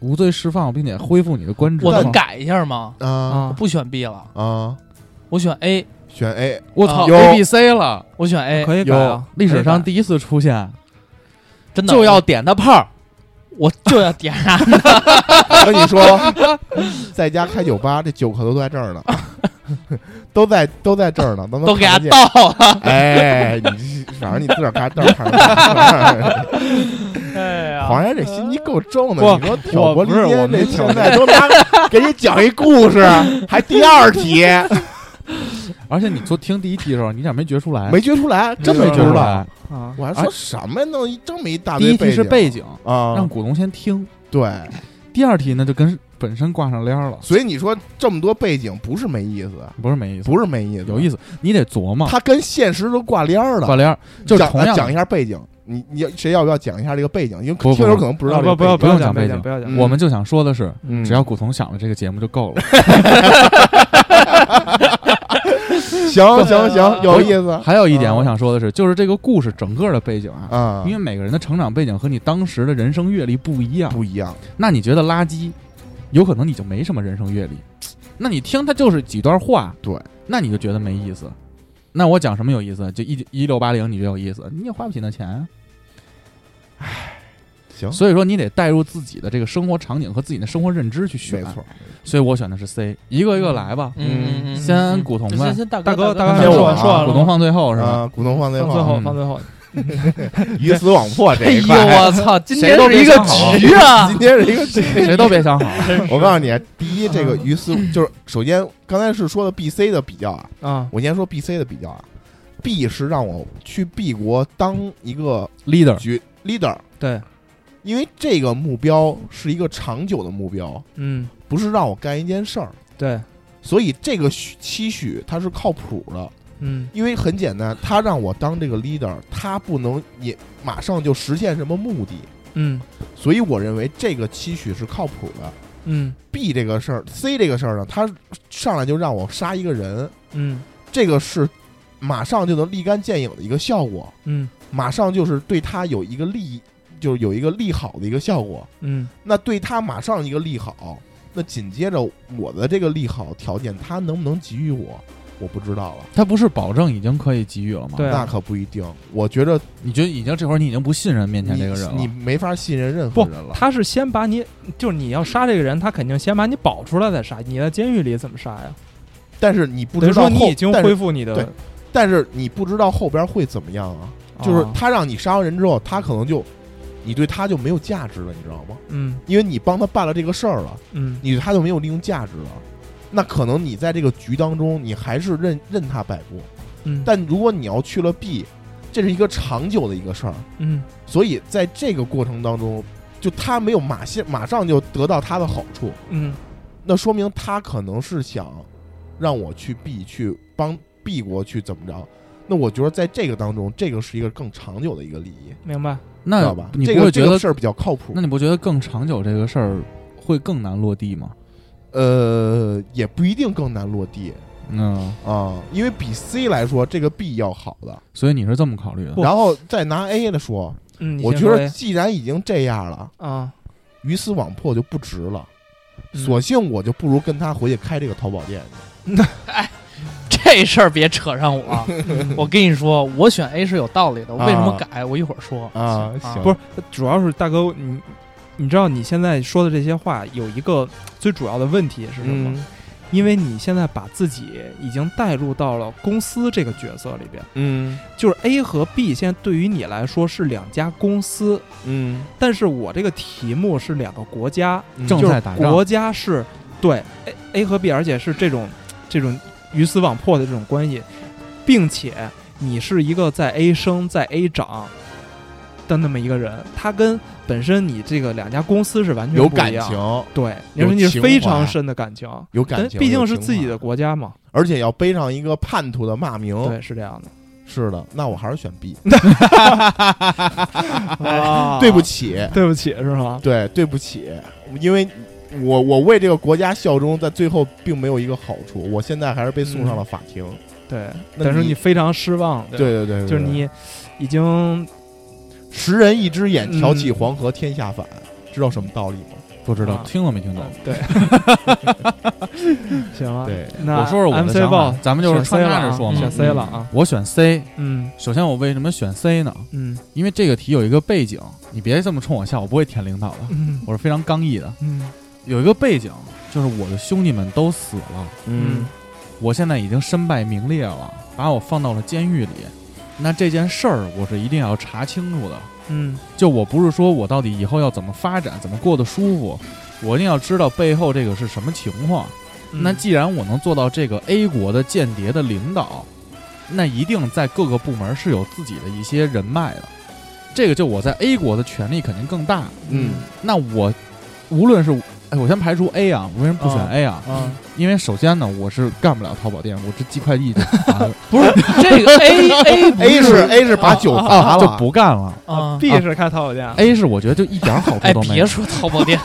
Speaker 6: 无罪释放，并且恢复你的官职
Speaker 4: 我
Speaker 6: 吗。
Speaker 4: 能改一下吗？
Speaker 5: 啊
Speaker 4: 我不选 B 了，
Speaker 5: 啊，
Speaker 4: 我选 A，
Speaker 5: 选 A，
Speaker 6: 我操
Speaker 4: 啊哎
Speaker 5: 有
Speaker 6: ，A B C 了，
Speaker 4: 我选 A，
Speaker 3: 可以改啊，
Speaker 6: 历史上
Speaker 3: 可以
Speaker 6: 第一次出现，
Speaker 4: 真的
Speaker 6: 就要点他炮。
Speaker 4: 我就要点 他，
Speaker 5: 我跟你说， 在家开酒吧，这酒可都在这儿呢， 都在都在这儿呢，都能
Speaker 4: 都给他
Speaker 5: 看得见。
Speaker 4: 倒了。
Speaker 5: 哎，你反正你自个儿看这儿看着 办。
Speaker 4: 哎呀
Speaker 5: 黄爷这心机够重的，
Speaker 3: 不
Speaker 5: 你说挑
Speaker 3: 我
Speaker 5: 拨离
Speaker 3: 不是我
Speaker 5: 间
Speaker 3: 没
Speaker 5: 这
Speaker 3: 挑
Speaker 5: 现在都拿给你讲一故事，还第二题
Speaker 6: 而且你做听第一题的时候，你点没觉出来，
Speaker 5: 没觉出来，真没
Speaker 6: 没
Speaker 5: 觉
Speaker 6: 觉出
Speaker 5: 出来。
Speaker 6: 来。
Speaker 3: 改啊，
Speaker 5: 哎我还说什么呀？弄一这么一大
Speaker 6: 第
Speaker 5: 堆
Speaker 6: 一题是背景，让
Speaker 5: 啊，
Speaker 6: 股东先听。
Speaker 5: 对，
Speaker 6: 第二题呢，就跟本身挂上链儿了，
Speaker 5: 所以你说这么多背景不是没意思，
Speaker 6: 不是没意思，
Speaker 5: 不是没意思，
Speaker 6: 有意
Speaker 5: 思。
Speaker 6: 思，你得琢磨
Speaker 5: 它跟现实都挂链儿了，
Speaker 6: 挂帘儿，就是
Speaker 5: 讲
Speaker 6: 同
Speaker 5: 呃
Speaker 6: 样
Speaker 5: 讲一
Speaker 6: 下，
Speaker 5: 下背景，你你要谁要不要讲一下这个背景？因为
Speaker 6: 不不
Speaker 5: 听友可能不知道这
Speaker 3: 不啊
Speaker 5: 个
Speaker 3: 不
Speaker 5: 背
Speaker 3: 要
Speaker 5: 景，
Speaker 3: 不要讲
Speaker 6: 不
Speaker 3: 背
Speaker 6: 用讲背
Speaker 3: 景，
Speaker 6: 景
Speaker 3: 不要讲
Speaker 5: 嗯，
Speaker 6: 我们就想说的是，
Speaker 5: 嗯
Speaker 6: 只要古潼想了这个节目就够了。
Speaker 5: 行行行，有意思
Speaker 6: 还有一点
Speaker 5: 啊
Speaker 6: 我想说的是，就是这个故事整个的背景啊，
Speaker 5: 啊
Speaker 6: 因，为每个人的成长背景和你当时的人生阅历不一样，
Speaker 5: 不一样，
Speaker 6: 那你觉得垃圾，有可能你就没什么人生阅历，那你听它就是几段话，
Speaker 5: 对，
Speaker 6: 那你就觉得没意思。那我讲什么有意思？就一一六八零，你就有意思，你也花不起那钱啊。
Speaker 5: 行，
Speaker 6: 所以说，你得带入自己的这个生活场景和自己的生活认知去
Speaker 5: 没
Speaker 6: 选。
Speaker 5: 错。
Speaker 6: 所以我选的是 C，一个一个来吧，
Speaker 4: 嗯，嗯
Speaker 6: 先古潼呗
Speaker 4: 先，先大
Speaker 3: 大哥
Speaker 4: 哥嗯
Speaker 3: 大
Speaker 5: 哥先
Speaker 4: 说
Speaker 5: 我啊
Speaker 4: 完说完了
Speaker 6: 股
Speaker 4: 吗，
Speaker 6: 东放最后是吧？嗯
Speaker 5: 啊，股东放最
Speaker 3: 放最
Speaker 5: 后，
Speaker 3: 后放最后，
Speaker 5: 鱼死网破这
Speaker 4: 哎
Speaker 5: 一
Speaker 4: 呦
Speaker 5: 块，
Speaker 4: 我操，今
Speaker 5: 谁
Speaker 4: 天
Speaker 5: 都
Speaker 4: 是
Speaker 5: 别
Speaker 4: 一个
Speaker 5: 想好
Speaker 4: 局啊
Speaker 5: 今！天是一个这
Speaker 6: 谁都别想好，
Speaker 5: 我告诉你，第一，这个鱼丝就是首先刚才是说的 B、C 的比较啊，
Speaker 3: 啊
Speaker 5: 我先说 B、C 的比较啊。B 是让我去 B 国当一个
Speaker 6: leader，
Speaker 5: 局 leader，
Speaker 3: 对，
Speaker 5: 因为这个目标是一个长久的目标，
Speaker 3: 嗯
Speaker 5: 不是让我干一件事儿，
Speaker 3: 对，
Speaker 5: 所以这个许期许它是靠谱的。
Speaker 3: 嗯
Speaker 5: 因为很简单，他让我当这个 leader，他不能也马上就实现什么目的，
Speaker 3: 嗯
Speaker 5: 所以我认为这个期许是靠谱的。
Speaker 3: 嗯
Speaker 5: B 这个事儿，C 这个事儿呢，他上来就让我杀一个人，
Speaker 3: 嗯
Speaker 5: 这个是马上就能立竿见影的一个效果，
Speaker 3: 嗯
Speaker 5: 马上就是对他有一个利益，就是有一个利好的一个效果。
Speaker 3: 嗯
Speaker 5: 那对他马上一个利好，那紧接着我的这个利好条件，他能不能给予我，我不知道了，
Speaker 6: 他不是保证已经可以给予了吗？
Speaker 3: 对啊
Speaker 5: 那可不一定。我觉得
Speaker 6: 你觉得已经这会儿你已经不信任面
Speaker 5: 你
Speaker 6: 前这个人了，
Speaker 5: 你没法信任任何
Speaker 3: 不
Speaker 5: 人了。
Speaker 3: 他是先把你，就是你要杀这个人，他肯定先把你保出来再杀。你在监狱里怎么杀呀？
Speaker 5: 但是你不
Speaker 3: 等
Speaker 5: 知
Speaker 3: 于
Speaker 5: 道
Speaker 3: 说
Speaker 5: 后，
Speaker 3: 你已经
Speaker 5: 但
Speaker 3: 恢
Speaker 5: 是
Speaker 3: 复你的，
Speaker 5: 对但是你不知道后边会怎么样啊？就是
Speaker 3: 啊
Speaker 5: 他让你杀完人之后，他可能就你对他就没有价值了，你知道吗？
Speaker 3: 嗯
Speaker 5: 因为你帮他办了这个事儿了，
Speaker 3: 嗯
Speaker 5: 你对他就没有利用价值了。那可能你在这个局当中，你还是任任他摆布。
Speaker 3: 嗯，
Speaker 5: 但如果你要去了 B，这是一个长久的一个事儿，
Speaker 3: 嗯
Speaker 5: 所以在这个过程当中，就他没有马现马上就得到他的好处，
Speaker 3: 嗯
Speaker 5: 那说明他可能是想让我去 B 去帮 B 国去怎么着。那我觉得在这个当中，这个是一个更长久的一个利益，
Speaker 3: 明白。
Speaker 5: 知
Speaker 6: 那
Speaker 5: 道吧？
Speaker 6: 你
Speaker 5: 这
Speaker 6: 不
Speaker 5: 个
Speaker 6: 会觉
Speaker 5: 这
Speaker 6: 得
Speaker 5: 个事儿比较靠谱
Speaker 6: 那。你不觉得更长久这个事儿会更难落地吗？
Speaker 5: 呃，也不一定更难落地，
Speaker 6: 嗯，
Speaker 5: 啊、因为比 C 来说，这个 B 要好的。
Speaker 6: 所以你是这么考虑的？
Speaker 5: 然后再拿 A 的说，
Speaker 3: 嗯，你
Speaker 5: 我
Speaker 3: 先
Speaker 5: 觉
Speaker 3: 说
Speaker 5: 得
Speaker 3: A
Speaker 5: 既然已经这样了，
Speaker 3: 啊，
Speaker 5: 鱼死网破就不值了，
Speaker 3: 嗯
Speaker 5: 索性我就不如跟他回去开这个淘宝店去。
Speaker 4: 这事儿别扯上 我。我跟你说，我选 A 是有道理的。我为什么改？我一会儿说
Speaker 5: 啊行
Speaker 3: 不是，主要是大哥，你你知道你现在说的这些话有一个最主要的问题是什么？因为你现在把自己已经带入到了公司这个角色里边，
Speaker 5: 嗯
Speaker 3: 就是 A 和 B 现在对于你来说是两家公司，
Speaker 5: 嗯，
Speaker 3: 但是我这个题目是两个国家，
Speaker 6: 正
Speaker 3: 就
Speaker 6: 在
Speaker 3: 是
Speaker 6: 打仗
Speaker 3: 国家是对 A A 和 B，而且是这种这种鱼死网破的这种关系，并且你是一个在 A 升在 A 涨的那么一个人，他跟本身你这个两家公司是完全
Speaker 5: 有
Speaker 3: 不
Speaker 5: 感
Speaker 3: 一样
Speaker 5: 情，，
Speaker 3: 对，你
Speaker 5: 有
Speaker 3: 说你是
Speaker 5: 情
Speaker 3: 非
Speaker 5: 怀
Speaker 3: 常深的感情，
Speaker 5: 有感
Speaker 3: 但
Speaker 5: 情，
Speaker 3: 毕竟
Speaker 5: 有
Speaker 3: 是
Speaker 5: 情
Speaker 3: 自己
Speaker 5: 怀哦
Speaker 3: 的，国家嘛，
Speaker 5: 而且要背上一个叛徒的骂名。
Speaker 3: 对，是这样的。
Speaker 5: 是的，那我还是选 B。
Speaker 3: 啊
Speaker 5: 对不，起，
Speaker 3: 对不起，是吗？
Speaker 5: 对，对不起，因为我我为这个国家效忠，在最后并没有一个好处，我现在还是被送上了法庭。
Speaker 3: 对，
Speaker 5: 那
Speaker 3: 但是
Speaker 5: 你
Speaker 3: 你非常失望，
Speaker 5: 对
Speaker 3: 吧，
Speaker 5: 对对，对
Speaker 3: 嗯就是你已经
Speaker 5: 十人一只眼，挑起黄河天下反，
Speaker 3: 嗯
Speaker 5: 知道什么道理吗？
Speaker 6: 不知道
Speaker 3: 啊
Speaker 6: 听都没听懂。
Speaker 3: 对， 行啊了，
Speaker 5: 嗯对，
Speaker 3: 那
Speaker 6: 我说说我的
Speaker 3: MC
Speaker 6: 想法
Speaker 3: b，
Speaker 6: 咱们就
Speaker 3: 选
Speaker 6: 是
Speaker 3: C
Speaker 6: 穿
Speaker 3: 了
Speaker 6: 插着
Speaker 3: 啊，
Speaker 6: 说嘛。
Speaker 3: 选 C 了啊，
Speaker 6: 我选 C，
Speaker 3: 嗯
Speaker 6: 首先我为什么选 C 呢？
Speaker 3: 嗯
Speaker 6: 因为这个题有一个背景，你别这么冲我笑，我不会舔领导的，
Speaker 3: 嗯
Speaker 6: 我是非常刚毅的。
Speaker 3: 嗯
Speaker 6: 有一个背景，就是我的兄弟们都死了，
Speaker 3: 嗯，
Speaker 6: 我现在已经身败名裂了，把我放到了监狱里。那这件事儿，我是一定要查清楚的。
Speaker 3: 嗯
Speaker 6: 就我不是说我到底以后要怎么发展，怎么过得舒服，我一定要知道背后这个是什么情况。
Speaker 3: 嗯，
Speaker 6: 那既然我能做到这个 A 国的间谍的领导，那一定在各个部门是有自己的一些人脉的。这个就我在 A 国的权力肯定更大。
Speaker 5: 嗯
Speaker 6: 那我无论是哎，我先排除 A 啊，我为什么不选
Speaker 3: 啊
Speaker 6: A 啊？
Speaker 3: 啊，
Speaker 6: 因为首先呢，我是干不了淘宝店，我是寄快递就啊
Speaker 4: 不是这个 A A 不
Speaker 5: A 是 A 是把酒砸
Speaker 6: 啊就
Speaker 5: 了，
Speaker 6: 不干了。
Speaker 4: 啊
Speaker 3: B 是开淘宝店，
Speaker 6: A 是我觉得就一点好处
Speaker 4: 哎，
Speaker 6: 都没
Speaker 4: 别
Speaker 6: 有。
Speaker 4: 说淘宝店，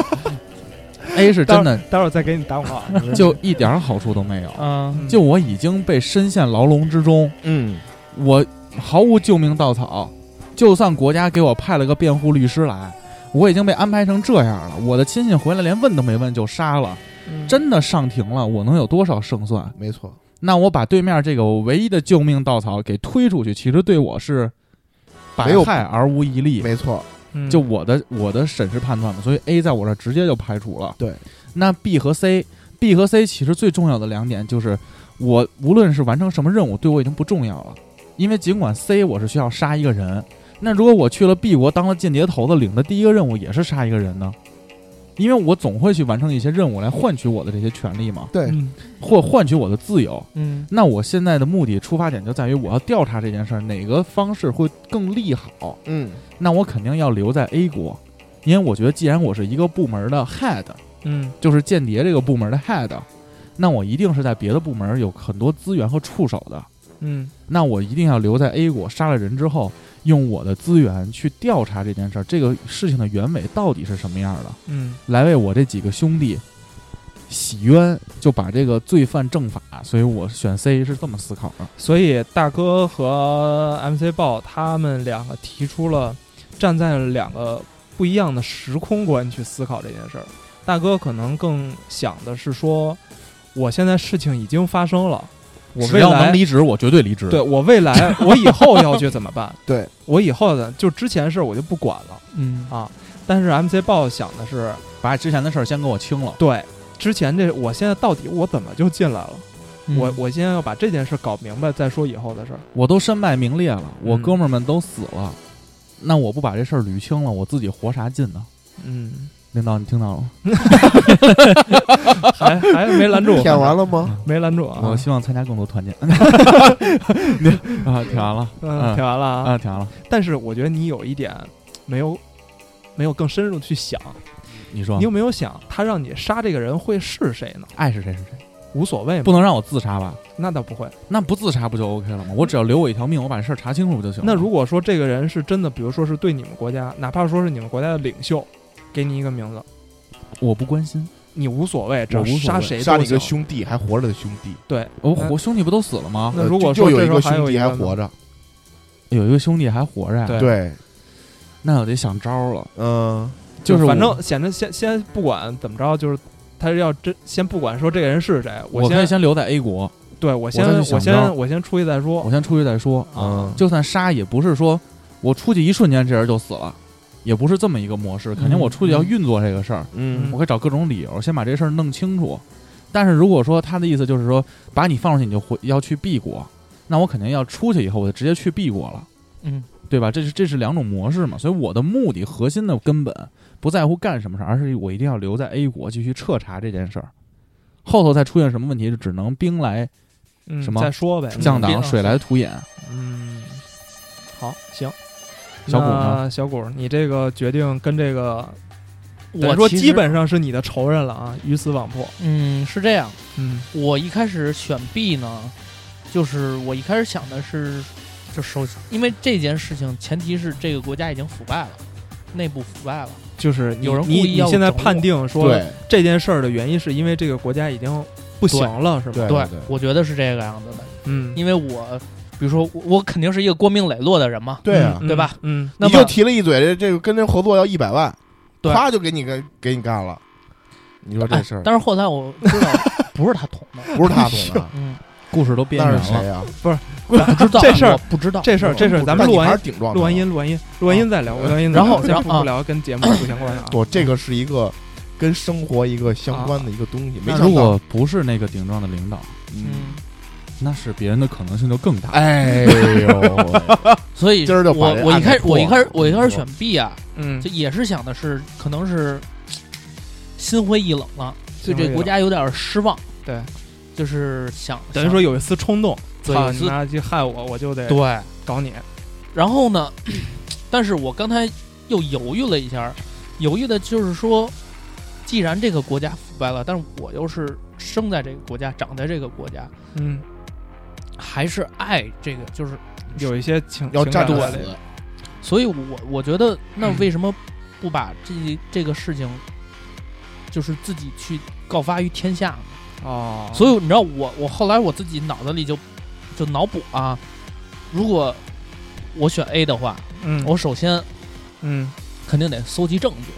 Speaker 6: A 是真的
Speaker 3: 待会儿再给你打广 告，
Speaker 6: 就一点好处都没有。
Speaker 4: 嗯，
Speaker 6: 就我已经被深陷牢笼之中，
Speaker 5: 嗯
Speaker 6: 我毫无救命稻草，就算国家给我派了个辩护律师来，我已经被安排成这样了。我的亲戚回来连问都没问就杀了，真的上庭了，我能有多少胜算？
Speaker 5: 没错，
Speaker 6: 那我把对面这个我唯一的救命稻草给推出去，其实对我是百
Speaker 5: 没有
Speaker 6: 害而无一利。
Speaker 5: 没错，
Speaker 3: 嗯
Speaker 6: 就我的我的审视判断嘛，所以 A 在我这儿直接就排除了。
Speaker 5: 对，
Speaker 6: 那 B 和 C，B 和 C 其实最重要的两点就是，我无论是完成什么任务，对我已经不重要了，因为尽管 C 我是需要杀一个人，那如果我去了 B 国当了间谍头子，领的第一个任务也是杀一个人呢，因为我总会去完成一些任务来换取我的这些权利嘛，
Speaker 5: 对
Speaker 3: 嗯
Speaker 6: 或换取我的自由。
Speaker 4: 嗯
Speaker 6: 那我现在的目的出发点就在于我要调查这件事儿，哪个方式会更利好。
Speaker 5: 嗯
Speaker 6: 那我肯定要留在 A 国，因为我觉得既然我是一个部门的 head，
Speaker 3: 嗯
Speaker 6: 就是间谍这个部门的 head，那我一定是在别的部门有很多资源和触手的。
Speaker 3: 嗯
Speaker 6: 那我一定要留在 A 国，杀了人之后，用我的资源去调查这件事儿，这个事情的原委到底是什么样的，
Speaker 3: 嗯
Speaker 6: 来为我这几个兄弟洗冤，就把这个罪犯正法。所以我选 C 是这么思考的。
Speaker 3: 所以大哥和 MC 豹他们两个提出了站在两个不一样的时空观去思考这件事儿。大哥可能更想的是说，我现在事情已经发生了，我
Speaker 6: 只
Speaker 3: 未
Speaker 6: 要能
Speaker 3: 来
Speaker 6: 离职，我绝对离职。
Speaker 3: 对，我未来我以后要去怎么办？
Speaker 5: 对
Speaker 3: 我以后的就之前事儿我就不管了。
Speaker 4: 嗯
Speaker 3: 但是 MC 豹想的是，
Speaker 6: 把之前的事儿先给我清了。
Speaker 3: 对之前这我现在到底我怎么就进来了？
Speaker 4: 嗯
Speaker 3: 我我现在要把这件事搞明白，再说以后的事儿。
Speaker 6: 我都身败名裂了，我
Speaker 3: 嗯
Speaker 6: 哥们儿们都死了，那我不把这事儿捋清了，我自己活啥劲呢？
Speaker 3: 嗯，
Speaker 6: 领导，你听到了吗？
Speaker 3: 还还没拦住我，
Speaker 5: 舔完了吗？
Speaker 3: 没拦住啊！
Speaker 6: 我希望参加更多 团建。啊，听完了，
Speaker 3: 嗯，听完了啊。
Speaker 6: 啊，听完了。
Speaker 3: 但是我觉得你有一点没有没有更深入地去想，
Speaker 6: 你说
Speaker 3: 你有没有想他让你杀这个人会是谁呢？
Speaker 6: 爱是谁是谁，
Speaker 3: 无所谓
Speaker 6: 不
Speaker 3: 嘛，
Speaker 6: 能让我自杀吧？
Speaker 3: 那倒不会。
Speaker 6: 那不自杀不就 OK 了吗？我只要留我一条命，我把这事儿查清楚不就行了？
Speaker 3: 那如果说这个人是真的，比如说是对你们国家，哪怕说是你们国家的领袖，给你一个名字，
Speaker 6: 我不关心，
Speaker 3: 你无所谓，只要
Speaker 6: 我无所谓
Speaker 3: 杀谁
Speaker 5: 杀
Speaker 3: 都
Speaker 5: 你
Speaker 3: 行
Speaker 5: 的。兄弟，还活着的兄弟，
Speaker 3: 对，
Speaker 6: 我我哦兄弟不都死了吗？
Speaker 3: 那
Speaker 5: 呃
Speaker 3: 如果
Speaker 5: 就
Speaker 3: 说
Speaker 5: 就
Speaker 3: 这
Speaker 5: 有一
Speaker 3: 时候
Speaker 5: 个
Speaker 3: 还
Speaker 5: 兄
Speaker 3: 有一
Speaker 5: 弟还
Speaker 3: 个呢，
Speaker 5: 活着，
Speaker 6: 有一个兄弟还活着呀，
Speaker 3: 对
Speaker 5: 对，
Speaker 6: 那我得想招了。
Speaker 5: 嗯，
Speaker 6: 就是
Speaker 3: 反
Speaker 6: 我
Speaker 3: 正显得先先不管怎么着，就是他要真先不管说这个人是谁，
Speaker 6: 我可以
Speaker 3: 先
Speaker 6: 先留在 A 国，
Speaker 3: 对我先
Speaker 6: 再去
Speaker 3: 我
Speaker 6: 想
Speaker 3: 先
Speaker 6: 招
Speaker 3: 我先出去再说
Speaker 6: 我。先出去再说。
Speaker 5: 嗯
Speaker 6: 就算杀，也不是说我出去一瞬间这人就死了，也不是这么一个模式。肯定我出去要运作这个事儿，
Speaker 5: 嗯
Speaker 6: 我可以找各种理由先把这事儿弄清楚。但是如果说他的意思就是说把你放出去，你就回要去 B 国，那我肯定要出去以后我就直接去 B 国了，
Speaker 4: 嗯，
Speaker 6: 对吧？这是这是两种模式嘛。所以我的目的核心的根本不在乎干什么事儿，而是我一定要留在 A 国继续彻查这件事儿。后头再出现什么问题，就只能兵来
Speaker 3: 嗯
Speaker 6: 什么
Speaker 3: 再说呗，
Speaker 6: 将
Speaker 3: 别
Speaker 6: 挡，水来土掩。
Speaker 3: 嗯，好，行。
Speaker 6: 小谷呢
Speaker 3: 那小谷，你这个决定跟这个，
Speaker 4: 我
Speaker 3: 说
Speaker 4: 其实
Speaker 3: 基本上是你的仇人了啊，鱼死网破。
Speaker 4: 嗯是这样，
Speaker 3: 嗯
Speaker 4: 我一开始选 B 呢，就是我一开始想的是，就首因为这件事情前提是这个国家已经腐败了，内部腐败了，
Speaker 3: 就是你
Speaker 4: 有人故
Speaker 3: 你
Speaker 4: 意要
Speaker 3: 你现在
Speaker 4: 整我
Speaker 3: 判定说
Speaker 5: 对
Speaker 3: 这件事儿的原因是因为这个国家已经不行了，是吧？
Speaker 5: 对
Speaker 4: 对我觉得是这个样子的，
Speaker 3: 嗯，
Speaker 4: 因为我比如说我我肯定是一个光明磊落的人嘛，
Speaker 5: 对啊
Speaker 3: 嗯，
Speaker 4: 对吧？
Speaker 3: 嗯，
Speaker 4: 那
Speaker 5: 你
Speaker 4: 么
Speaker 5: 就提了一嘴，这这个跟人合作要一百万，
Speaker 4: 对
Speaker 5: 啪就给你给给你干了，你说这事儿
Speaker 4: 哎但是后来我知道不是他捅的，
Speaker 5: 不是他捅的，
Speaker 4: 嗯，
Speaker 6: 故事都编
Speaker 5: 那是
Speaker 6: 圆了
Speaker 5: 谁，呀？
Speaker 4: 我不知道
Speaker 3: 这事儿
Speaker 4: 我不知道嗯
Speaker 3: 这事儿这事儿咱们
Speaker 5: 但
Speaker 3: 录
Speaker 5: 你还
Speaker 3: 完
Speaker 5: 是顶撞他了
Speaker 3: 录完音录完音录完音再聊，录完音再
Speaker 4: 啊然后
Speaker 3: 聊
Speaker 4: 然
Speaker 3: 先
Speaker 4: 后
Speaker 3: 不
Speaker 4: 啊
Speaker 3: 不聊跟节目不相关啊。
Speaker 5: 我这个是一个跟生活一个相关的一个东西，没
Speaker 6: 那
Speaker 5: 想到
Speaker 6: 如果不是那个顶撞的领导，
Speaker 4: 嗯，
Speaker 6: 那是别人的可能性就更大。
Speaker 5: 哎 呦，
Speaker 4: 所以
Speaker 5: 今儿就把
Speaker 4: 我
Speaker 5: 这
Speaker 4: 我
Speaker 5: 案
Speaker 4: 一
Speaker 5: 子
Speaker 4: 开始
Speaker 5: 破
Speaker 4: 我一开始
Speaker 5: 了
Speaker 4: 我一开始选 B 啊，
Speaker 3: 嗯
Speaker 4: 就，也是想的是可能是心灰意冷了，
Speaker 3: 心
Speaker 4: 对
Speaker 3: 灰意
Speaker 4: 这
Speaker 3: 冷
Speaker 4: 国家有点失望，
Speaker 3: 对，
Speaker 4: 就是想
Speaker 3: 等于说有一丝冲动，
Speaker 4: 对
Speaker 3: 操
Speaker 4: 有一
Speaker 3: 你
Speaker 4: 丝
Speaker 3: 妈去害我，我就得
Speaker 4: 想对，
Speaker 3: 搞你。
Speaker 4: 然后呢，但是我刚才又犹豫了一下，犹豫的就是说，既然这个国家腐败了，但是我又是生在这个国家，长在这个国家，
Speaker 3: 嗯，
Speaker 4: 还是爱这个，就是
Speaker 3: 有一些情
Speaker 5: 要
Speaker 3: 情感
Speaker 5: 站住
Speaker 3: 的
Speaker 5: 死
Speaker 3: 累，
Speaker 4: 所以我，我觉得那为什么不把这、这个事情，就是自己去告发于天下呢？
Speaker 3: 哦，
Speaker 4: 所以你知道我我后来我自己脑子里就就脑补啊，如果我选 A 的话，
Speaker 3: 嗯
Speaker 4: 我首先
Speaker 3: 嗯
Speaker 4: 肯定得搜集证据，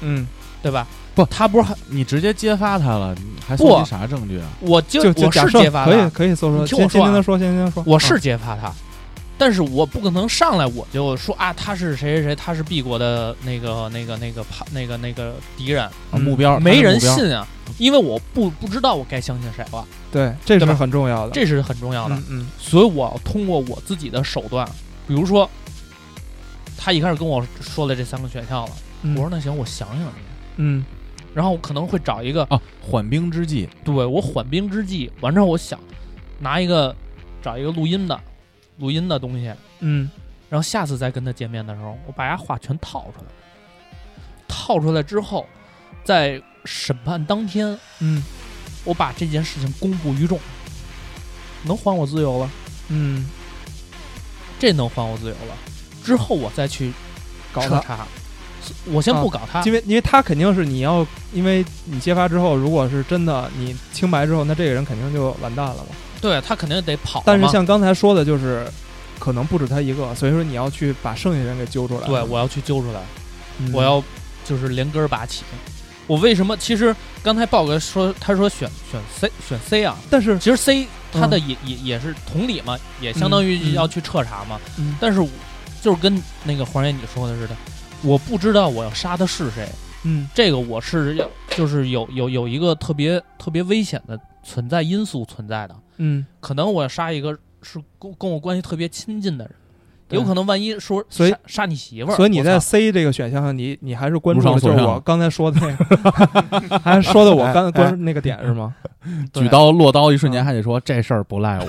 Speaker 3: 嗯，
Speaker 4: 对吧？
Speaker 6: 不
Speaker 4: 他不是还
Speaker 6: 你直接揭发他了，你还
Speaker 4: 不
Speaker 6: 搜集啥证据啊？
Speaker 4: 我就
Speaker 3: 就就
Speaker 4: 我
Speaker 3: 假
Speaker 4: 是
Speaker 3: 设
Speaker 4: 揭发
Speaker 3: 可以
Speaker 4: 他，
Speaker 3: 可以搜说，
Speaker 4: 你听
Speaker 3: 先
Speaker 4: 我
Speaker 3: 先听他
Speaker 4: 说啊
Speaker 3: 说，先听他说，
Speaker 4: 我
Speaker 3: 啊
Speaker 4: 是揭发他，但是我不可能上来我就说啊，他是谁谁谁，他是 B 国的那个那个那个怕那个那个敌人，
Speaker 6: 啊目标
Speaker 4: 没人，
Speaker 6: 他的目标
Speaker 4: 信啊，因为我不不知道我该相信谁了，
Speaker 3: 对，这是
Speaker 4: 对吧
Speaker 3: 很重要的，
Speaker 4: 这是很重要的。
Speaker 3: 嗯嗯
Speaker 4: 所以我要通过我自己的手段，比如说，他一开始跟我说了这三个选项了，
Speaker 3: 嗯
Speaker 4: 我说那行，我想想你，
Speaker 3: 嗯
Speaker 4: 然后我可能会找一个
Speaker 6: 啊，缓兵之计，
Speaker 4: 对我缓兵之计，完之后我想拿一个找一个录音的录音的东西，
Speaker 3: 嗯
Speaker 4: 然后下次再跟他见面的时候，我把他话全套出来，套出来之后，在审判当天，
Speaker 3: 嗯
Speaker 4: 我把这件事情公布于众，能还我自由了。
Speaker 3: 嗯，
Speaker 4: 这能还我自由了。之后我再去
Speaker 3: 搞
Speaker 4: 彻
Speaker 3: 他，
Speaker 4: 查，我先不搞他，
Speaker 3: 因为因为他肯定是你要，因为你揭发之后，如果是真的你清白之后，那这个人肯定就完蛋了嘛。
Speaker 4: 对啊他肯定得跑嘛。
Speaker 3: 但是像刚才说的，就是可能不止他一个，所以说你要去把剩下人给揪出来。
Speaker 4: 对我要去揪出来，
Speaker 3: 嗯
Speaker 4: 我要就是连根儿拔起。我为什么？其实刚才豹哥说，他说选选 C 选 C 啊，
Speaker 3: 但是
Speaker 4: 其实 C 他
Speaker 3: 嗯
Speaker 4: 的也、也也是同理嘛，也相当于要去彻查嘛。
Speaker 3: 嗯
Speaker 4: 但是我就是跟那个黄爷你说的似的，我不知道我要杀的是谁，
Speaker 3: 嗯
Speaker 4: 这个我是要就是有有有一个特别特别危险的存在因素存在的，
Speaker 3: 嗯，
Speaker 4: 可能我杀一个是跟跟我关系特别亲近的人，
Speaker 3: 对
Speaker 4: 有可能万一说
Speaker 3: 所以
Speaker 4: 杀杀你媳妇儿，
Speaker 3: 所以你
Speaker 4: 我
Speaker 3: 在
Speaker 4: 操
Speaker 3: C 这个选项上，你你还是关注
Speaker 6: 如
Speaker 3: 的
Speaker 6: 上
Speaker 3: 就是
Speaker 6: 所
Speaker 3: 我
Speaker 6: 上
Speaker 3: 刚才说的那 个，还说的我
Speaker 5: 哎
Speaker 3: 刚
Speaker 5: 哎
Speaker 3: 关注那个点是吗？
Speaker 4: 对
Speaker 6: 举刀落刀，一瞬
Speaker 3: 嗯
Speaker 6: 间还得说这事儿不赖我。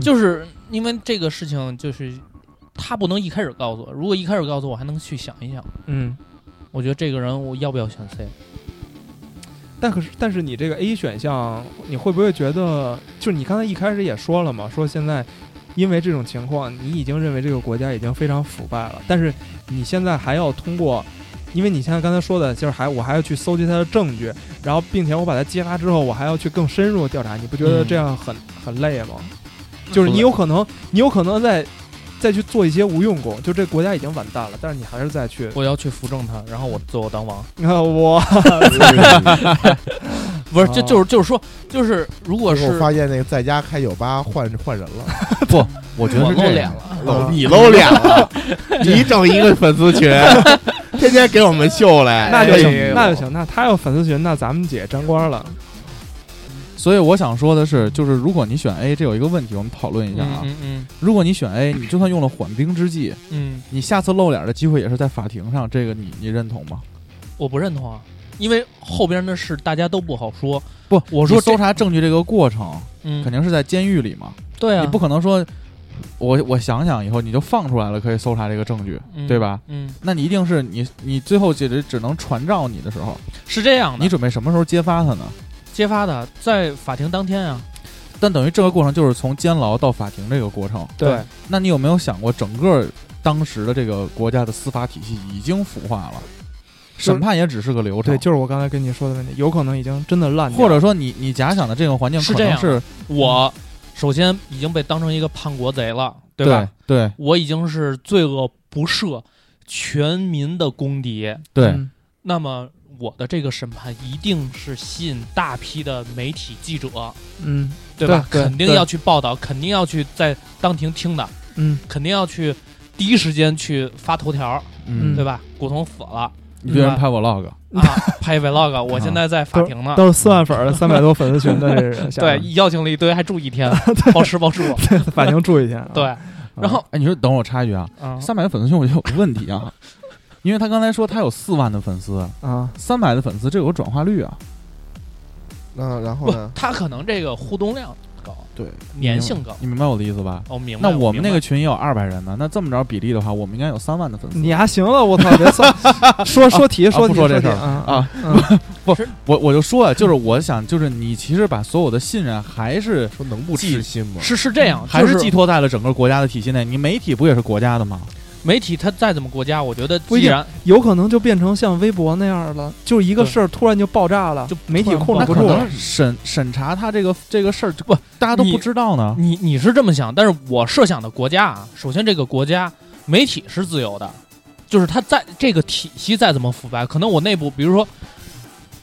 Speaker 4: 就是因为这个事情就是他不能一开始告诉我，如果一开始告诉我，还能去想一想，
Speaker 3: 嗯，
Speaker 4: 我觉得这个人我要不要选 C？
Speaker 3: 但可是，但是你这个 A 选项，你会不会觉得，就是你刚才一开始也说了嘛，说现在因为这种情况，你已经认为这个国家已经非常腐败了，但是你现在还要通过因为你像刚才说的，就是还我还要去搜集他的证据，然后并且我把他揭发之后，我还要去更深入的调查，你不觉得
Speaker 6: 嗯
Speaker 3: 这样很、很累吗？就是你有可能，你有可能在再去做一些无用功，就这国家已经完蛋了，但是你还是再去，啊
Speaker 4: 我要去扶正他，然后我最后当王。
Speaker 3: 你看我
Speaker 4: 不是，这
Speaker 3: 哦
Speaker 4: 就是就是说，就是如果
Speaker 5: 我
Speaker 4: 是
Speaker 5: 发现那个在家开酒吧换换人了，
Speaker 6: 我觉得
Speaker 4: 我
Speaker 6: 是
Speaker 4: 露
Speaker 6: 这
Speaker 4: 脸
Speaker 6: 样。
Speaker 4: 了，
Speaker 3: 啊
Speaker 5: 露你露脸了，你整一个粉丝群， 天天给我们秀来，
Speaker 3: 那就
Speaker 5: 哎
Speaker 3: 行，
Speaker 5: 呦
Speaker 3: 那就行，那他要粉丝群，那咱们姐沾光了。
Speaker 6: 所以我想说的是，就是如果你选 A，这有一个问题，我们讨论一下啊。
Speaker 4: 嗯嗯
Speaker 6: 如果你选 A，你就算用了缓兵之计，
Speaker 4: 嗯，
Speaker 6: 你下次露脸的机会也是在法庭上，这个你你认同吗？
Speaker 4: 我不认同啊，因为后边的事大家都不好说。
Speaker 6: 不，
Speaker 4: 我
Speaker 6: 我
Speaker 4: 说
Speaker 6: 说
Speaker 4: 这
Speaker 6: 搜查证据这个过程
Speaker 4: 嗯，
Speaker 6: 肯定是在监狱里嘛，
Speaker 4: 对啊，
Speaker 6: 你不可能说，我我想想以后你就放出来了，可以搜查这个证据，
Speaker 4: 嗯
Speaker 6: 对吧？
Speaker 4: 嗯，
Speaker 6: 那你一定是你你最后只只能传召你的时候，
Speaker 4: 是这样的，
Speaker 6: 你准备什么时候揭发他呢？
Speaker 4: 揭发的在法庭当天啊，
Speaker 6: 但等于这个过程就是从监牢到法庭这个过程。
Speaker 4: 对，
Speaker 6: 那你有没有想过，整个当时的这个国家的司法体系已经腐化了，
Speaker 3: 是
Speaker 6: 审判也只是个流程
Speaker 3: 对，。就是我刚才跟你说的问题，有可能已经真的烂掉了，
Speaker 6: 或者说你，你假想的这个环境
Speaker 4: 是
Speaker 6: 可
Speaker 4: 这
Speaker 6: 能
Speaker 4: 样的
Speaker 6: 是
Speaker 4: 我首先已经被当成一个叛国贼了，对吧？
Speaker 6: 对
Speaker 4: 我已经是罪恶不赦、全民的公敌。
Speaker 6: 对，
Speaker 3: 嗯
Speaker 4: 那么我的这个审判一定是吸引大批的媒体记者，
Speaker 3: 嗯
Speaker 4: 对吧？
Speaker 3: 对对
Speaker 4: 肯定要去报道，肯定要去在当庭听的，
Speaker 3: 嗯，
Speaker 4: 肯定要去第一时间去发头条，
Speaker 3: 嗯
Speaker 4: 对吧？古潼死 了
Speaker 6: 一堆人拍 vlog，
Speaker 4: 啊，拍 vlog，我现在在法庭呢。
Speaker 3: 都是四万粉儿、三百多粉丝群的这人，下
Speaker 4: 啊对
Speaker 3: 面，
Speaker 4: 邀请了一堆，还住 一天，包吃包住。
Speaker 3: 法庭住一天啊。
Speaker 4: 对，然后
Speaker 6: 哎，你说等会儿我插一句啊，
Speaker 4: 嗯，
Speaker 6: 三百的粉丝群我就有个问题 啊，因为他刚才说他有四万的粉丝，
Speaker 3: 啊，
Speaker 6: 三百的粉丝这有个转化率啊，
Speaker 5: 那然后
Speaker 4: 不
Speaker 5: 呢，？
Speaker 4: 他可能这个互动量高，
Speaker 5: 对，
Speaker 4: 粘性高。
Speaker 6: 你明白我的意思吧？
Speaker 4: 哦，明白。
Speaker 6: 那我们那
Speaker 4: 明
Speaker 6: 个
Speaker 4: 白
Speaker 6: 群也有二百人呢，那这么着比例的话，我们应该有三万的粉丝。
Speaker 3: 你还行了，我操，别算说说题
Speaker 6: 啊
Speaker 3: 说
Speaker 6: 不
Speaker 3: 题
Speaker 6: 说这
Speaker 3: 题
Speaker 6: 事儿
Speaker 3: 啊
Speaker 6: 啊，
Speaker 3: 嗯
Speaker 6: 我我就说啊，就是我想，就是你其实把所有的信任还是
Speaker 5: 说能不
Speaker 6: 记
Speaker 5: 痴心吗？
Speaker 4: 是是这样，
Speaker 6: 还
Speaker 4: 就是
Speaker 6: 寄托在了整个国家的体系内。你媒体不也是国家的吗？
Speaker 4: 媒体它再怎么国家，我觉得
Speaker 3: 不一
Speaker 4: 既
Speaker 3: 定
Speaker 4: 然
Speaker 3: 有可能就变成像微博那样了，就是一个
Speaker 4: 对
Speaker 3: 事儿突然就爆炸了，
Speaker 4: 就
Speaker 3: 媒体
Speaker 4: 突然
Speaker 3: 控制
Speaker 6: 那
Speaker 4: 爆
Speaker 3: 不
Speaker 6: 可
Speaker 3: 住
Speaker 6: 能
Speaker 3: 了。
Speaker 6: 审审查他这个这个事儿，就不大家都
Speaker 4: 你
Speaker 6: 不知道呢。
Speaker 4: 你你是这么想，但是我设想的国家啊，首先这个国家媒体是自由的，就是它在这个体系再怎么腐败，可能我内部比如说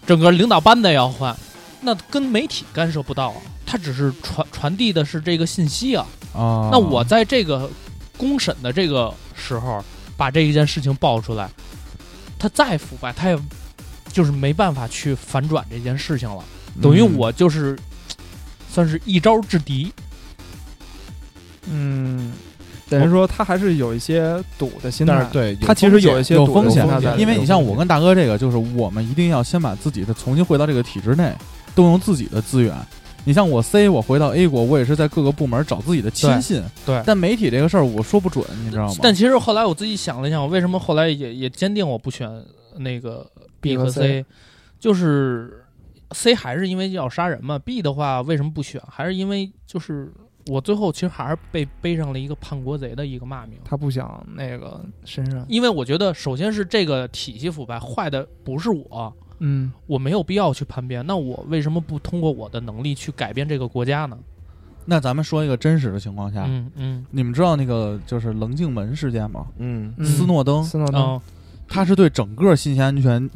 Speaker 4: 整个领导班子也要换，那跟媒体干涉不到啊，它只是传传递的是这个信息啊。
Speaker 6: 啊，
Speaker 4: 那我在这个公审的这个时候把这一件事情爆出来，它再腐败，它也就是没办法去反转这件事情了，等于
Speaker 6: 嗯
Speaker 4: 我就是。算是一招制敌，
Speaker 3: 嗯，等于说他还是有一些赌的心
Speaker 5: 但
Speaker 3: 态
Speaker 6: 啊
Speaker 5: 是。对，
Speaker 3: 他其实有一
Speaker 5: 一
Speaker 3: 些
Speaker 6: 有
Speaker 3: 赌
Speaker 6: 风
Speaker 3: 的
Speaker 6: 险
Speaker 3: 心态在里
Speaker 6: 因为
Speaker 3: 面
Speaker 6: 你像我跟大哥这个，就是我们一定要先把自己的重新回到这个体制内，动用自己的资源。你像我 C，我回到 A 国，我也是在各个部门找自己的亲信。
Speaker 4: 对对
Speaker 6: 但媒体这个事儿我说不准，你知道吗？
Speaker 4: 但其实后来我自己想了一想，我为什么后来也也坚定我不选那个 B 和 C，就是 C 还是因为要杀人嘛，B 的话为什么不选？还是因为就是我最后其实还是被背上了一个叛国贼的一个骂名。
Speaker 3: 他不想那个身上，
Speaker 4: 因为我觉得，首先是这个体系腐败，坏的不是我，
Speaker 3: 嗯，
Speaker 4: 我没有必要去叛变。那我为什么不通过我的能力去改变这个国家呢？
Speaker 6: 那咱们说一个真实的情况下，
Speaker 4: 嗯嗯，
Speaker 6: 你们知道那个就是棱镜门事件吗？
Speaker 5: 嗯，
Speaker 3: 嗯
Speaker 6: 斯诺登，
Speaker 3: 斯诺登，
Speaker 4: 哦，
Speaker 6: 他是对整个信息 安全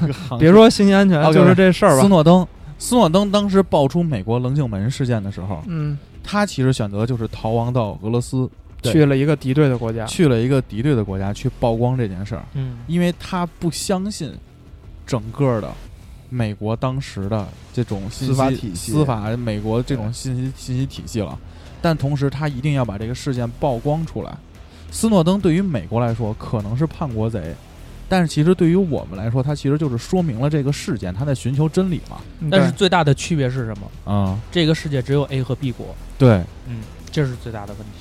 Speaker 6: 这个行业
Speaker 3: 别说信息安全，
Speaker 6: OK，OK
Speaker 3: 就是这事儿
Speaker 6: 斯
Speaker 3: 吧。
Speaker 6: 诺登，斯诺登当时爆出美国棱镜门事件的时候，
Speaker 3: 嗯，
Speaker 6: 他其实选择就是逃亡到俄罗斯，对
Speaker 3: 去了一个敌对的国
Speaker 5: 啊
Speaker 3: 家，
Speaker 6: 去了一个敌对的国家去曝光这件事儿。
Speaker 4: 嗯
Speaker 6: 因为他不相信整个的美国当时的这种信息
Speaker 5: 司法体系
Speaker 6: 司法美国这种信息信息体系了。但同时，他一定要把这个事件曝光出来。斯诺登对于美国来说可能是叛国贼，但是其实对于我们来说，他其实就是说明了这个事件，他在寻求真理嘛。
Speaker 3: 嗯
Speaker 4: 但是
Speaker 3: 对
Speaker 4: 最大的区别是什么？
Speaker 6: 啊、
Speaker 4: 这个世界只有 A 和 B 国。
Speaker 6: 对。
Speaker 4: 嗯，这是最大的问题。